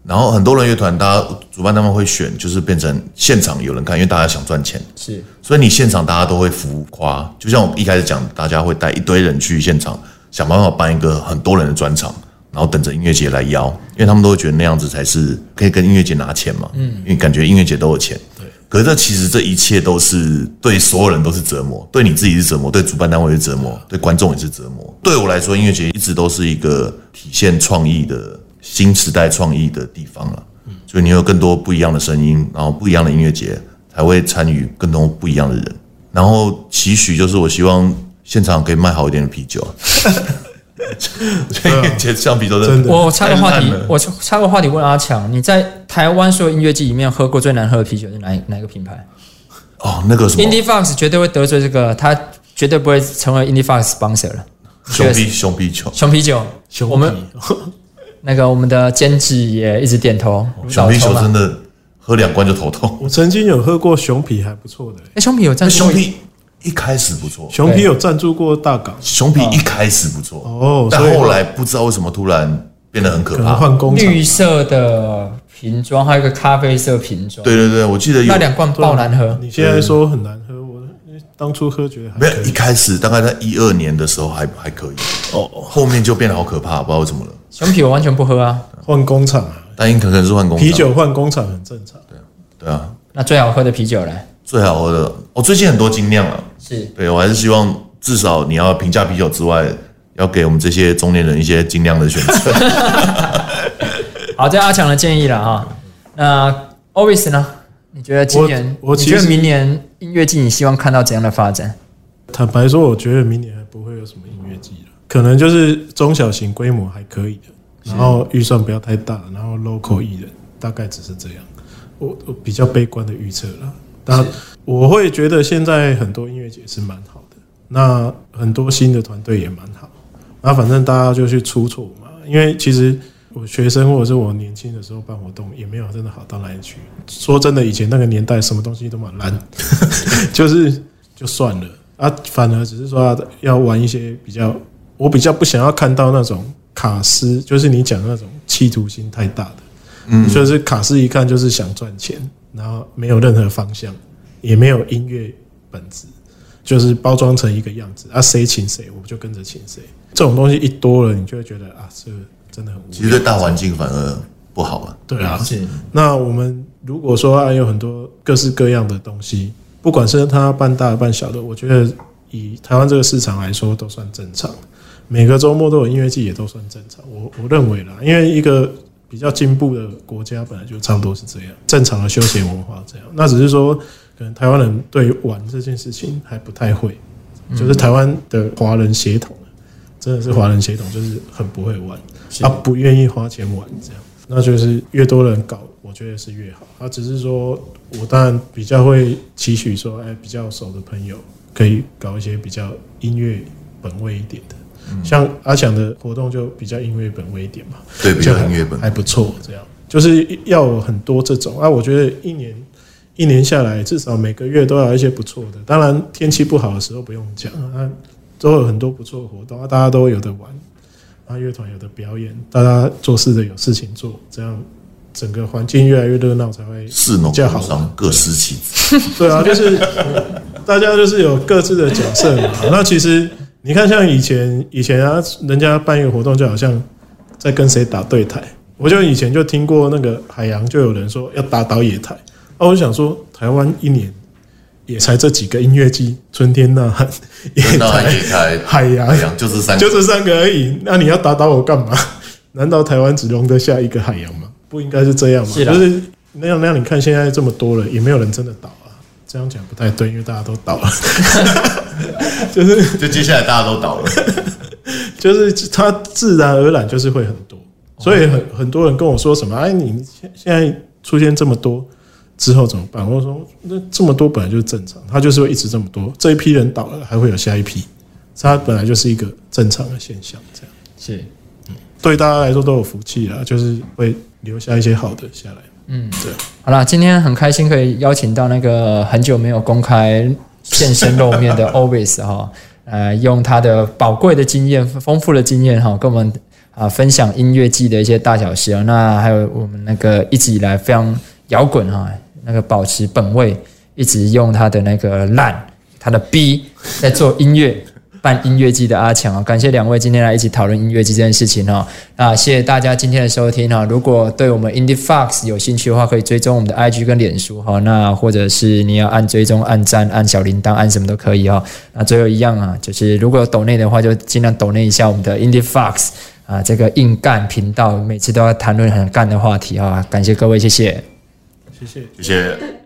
Speaker 2: 然后很多人乐团，大家主办单位会选，就是变成现场有人看，因为大家想赚钱，
Speaker 1: 是
Speaker 2: 所以你现场大家都会浮夸，就像我一开始讲，大家会带一堆人去现场，想办法办一个很多人的专场，然后等着音乐节来邀，因为他们都会觉得那样子才是可以跟音乐节拿钱嘛，嗯，因为感觉音乐节都有钱，对。可是这其实这一切都是对所有人都是折磨，对你自己是折磨，对主办单位是折磨，对观众也是折磨。对我来说，音乐节一直都是一个体现创意的新时代创意的地方了。所以你有更多不一样的声音，然后不一样的音乐节，才会参与更多不一样的人。然后期许就是我希望现场可以卖好一点的啤酒 啊。我觉得音乐节橡皮都
Speaker 3: 真的
Speaker 1: 我插个话
Speaker 2: 太
Speaker 1: 题
Speaker 2: 烂了，
Speaker 1: 我插插个话题问阿强，你在台湾所有音乐季里面喝过最难喝的啤酒是哪一哪一个品牌
Speaker 2: 哦，那个什么
Speaker 1: ？Indie Fox 绝对会得罪这个，他绝对不会成为 Indie Fox sponsor 了。
Speaker 2: 熊啤熊啤酒，
Speaker 1: 熊啤酒，
Speaker 3: 熊
Speaker 1: 我们
Speaker 3: 皮
Speaker 1: 那个我们的监制也一直点头，
Speaker 2: 哦熊啤
Speaker 1: 乳
Speaker 2: 酒
Speaker 1: 老头嘛
Speaker 2: 真的喝两罐就头痛。
Speaker 3: 我曾经有喝过熊皮，还不错的、
Speaker 1: 哎，熊啤有赞
Speaker 2: 那
Speaker 1: 助
Speaker 2: 熊
Speaker 1: 过，
Speaker 2: 啤一开始不错，
Speaker 3: 熊皮有赞助过大港，
Speaker 2: 熊
Speaker 1: 啊
Speaker 2: 啤一开始不错
Speaker 3: 哦
Speaker 2: 但
Speaker 3: 所以
Speaker 2: 后来不知道为什么突然变得很可
Speaker 3: 可能
Speaker 2: 怕。
Speaker 3: 换工厂。
Speaker 1: 绿色的瓶装，还有一个咖啡色瓶装，
Speaker 2: 对对对，我记得有
Speaker 1: 那两罐爆难喝。
Speaker 3: 你现在说很难喝，我当初喝觉得还
Speaker 2: 没
Speaker 3: 可
Speaker 2: 有，一
Speaker 3: 以。
Speaker 2: 开始大概在一二年的时候还还可以，哦，后面就变得好可怕，不知道为什么了。
Speaker 1: 熊啤我完全不喝啊，
Speaker 3: 换工厂啊，
Speaker 2: 但因可能是换工厂
Speaker 3: 啤，酒换工厂很正常。
Speaker 2: 对啊，
Speaker 1: 那最好喝的啤酒嘞
Speaker 2: 最好喝的。我、最近很多精酿啊，
Speaker 1: 是
Speaker 2: 对我还是希望至少你要平价啤酒之外，要给我们这些中年人一些精酿的选 择。
Speaker 1: 好，这是阿强的建议了哈。那 Always 呢？你觉得今年，
Speaker 3: 我我
Speaker 1: 你
Speaker 3: 其实
Speaker 1: 觉得明年音乐季你希望看到怎样的发展？
Speaker 3: 坦白说，我觉得明年还不会有什么音乐季了，可能就是中小型规模还可以的，然后预算不要太大，然后 local 艺人，大概只是这样。我我比较悲观的预测了，但我会觉得现在很多音乐节是蛮好的，那很多新的团队也蛮好，那反正大家就去出错嘛，因为其实。我学生或者是我年轻的时候办活动，也没有真的好到哪里去。说真的，以前那个年代，什么东西都蛮烂， 就是就算了啊，反而只是说啊要玩一些比较，我比较不想要看到那种卡斯，就是你讲的那种企图心太大的，嗯，就是卡斯一看就是想赚钱，然后没有任何方向，也没有音乐本质，就是包装成一个样子啊，谁请谁我就跟着请谁。这种东西一多了，你就会觉得啊，这个真的很无
Speaker 2: 其
Speaker 3: 聊。
Speaker 2: 实对大环境反而不好啊。
Speaker 3: 对啊，
Speaker 1: 是
Speaker 3: 那我们如果说啊，有很多各式各样的东西，不管是它办大的办小的，我觉得以台湾这个市场来说，都算正常。每个周末都有音乐季，也都算正常。我我认为啦，因为一个比较进步的国家本来就差不多是这样，正常的休闲文化这样。那只是说，可能台湾人对玩这件事情还不太会，就是台湾的华人血统，真的是华人血统，就是很不会玩。他不愿意花钱玩这样，那就是越多人搞，我觉得是越好。他只是说，我当然比较会期许说，哎，比较熟的朋友可以搞一些比较音乐本位一点的，像阿强的活动就比较音乐本位一点嘛，
Speaker 2: 对，比
Speaker 3: 就
Speaker 2: 较
Speaker 3: 还
Speaker 2: 音乐本
Speaker 3: 还不错，这样就是要有很多这种啊，我觉得一年。一年下来，至少每个月都要有一些不错的。当然，天气不好的时候不用讲，啊，都有很多不错的活动啊，大家都有的玩。啊，乐团有的表演，大家做事的有事情做，这样整个环境越来越热闹才会。
Speaker 2: 士农
Speaker 3: 比较好
Speaker 2: 工商各司其职，
Speaker 3: 对啊，就是大家就是有各自的角色嘛。那其实你看，像以前以前啊，人家办一个活动，就好像在跟谁打对台。我就以前就听过那个海洋，就有人说要打倒野台。啊，我就想说，台湾一年也才这几个音乐季，春天呐喊、野
Speaker 2: 那还
Speaker 3: 台、
Speaker 2: 离 开
Speaker 3: 啊海洋
Speaker 2: 海、洋就是三个
Speaker 3: 就这三个而已。那你要打倒我干嘛？ 难道台湾只容得下一个海洋吗？不应该是这样吗？
Speaker 1: 是啦
Speaker 3: 就是那样那样，你看现在这么多了，也没有人真的倒啊。这样讲不太对，因为大家都倒了。 就是
Speaker 2: 就接下来大家都倒了，
Speaker 3: 就是它自然而然就是会很多，所以很
Speaker 1: 哦
Speaker 3: 很多人跟我说什么，哎，你现现在出现这么多之后怎么办？我说那这么多本来就是正常，它就是会一直这么多，这一批人倒了还会有下一批，它本来就是一个正常的现象，这样。
Speaker 1: 是，
Speaker 3: 对大家来说都有福气啦，就是会留下一些好的下来。
Speaker 1: 嗯，
Speaker 3: 对。
Speaker 1: 好啦，今天很开心可以邀请到那个很久没有公开现身露面的 Always 哈、呃，用他的宝贵的经验、丰富的经验哈、跟我们啊、分享音乐季的一些大小事啊。那还有我们那个一直以来非常摇滚哈，那个保持本位，一直用他的那个烂、他的逼在做音乐。办音乐季的阿强啊，感谢两位今天来一起讨论音乐季这件事情哦。那谢谢大家今天的收听啊！如果对我们 Indie Fox 有兴趣的话，可以追踪我们的 IG 跟脸书哈。那或者是你要按追踪、按赞、按小铃铛、按什么都可以哦。那最后一样啊，就是如果有抖内的话，就尽量抖内一下我们的 Indie Fox 啊，这个硬干频道每次都要谈论很干的话题啊。感谢各位，谢谢。
Speaker 3: 谢谢。
Speaker 2: 谢谢。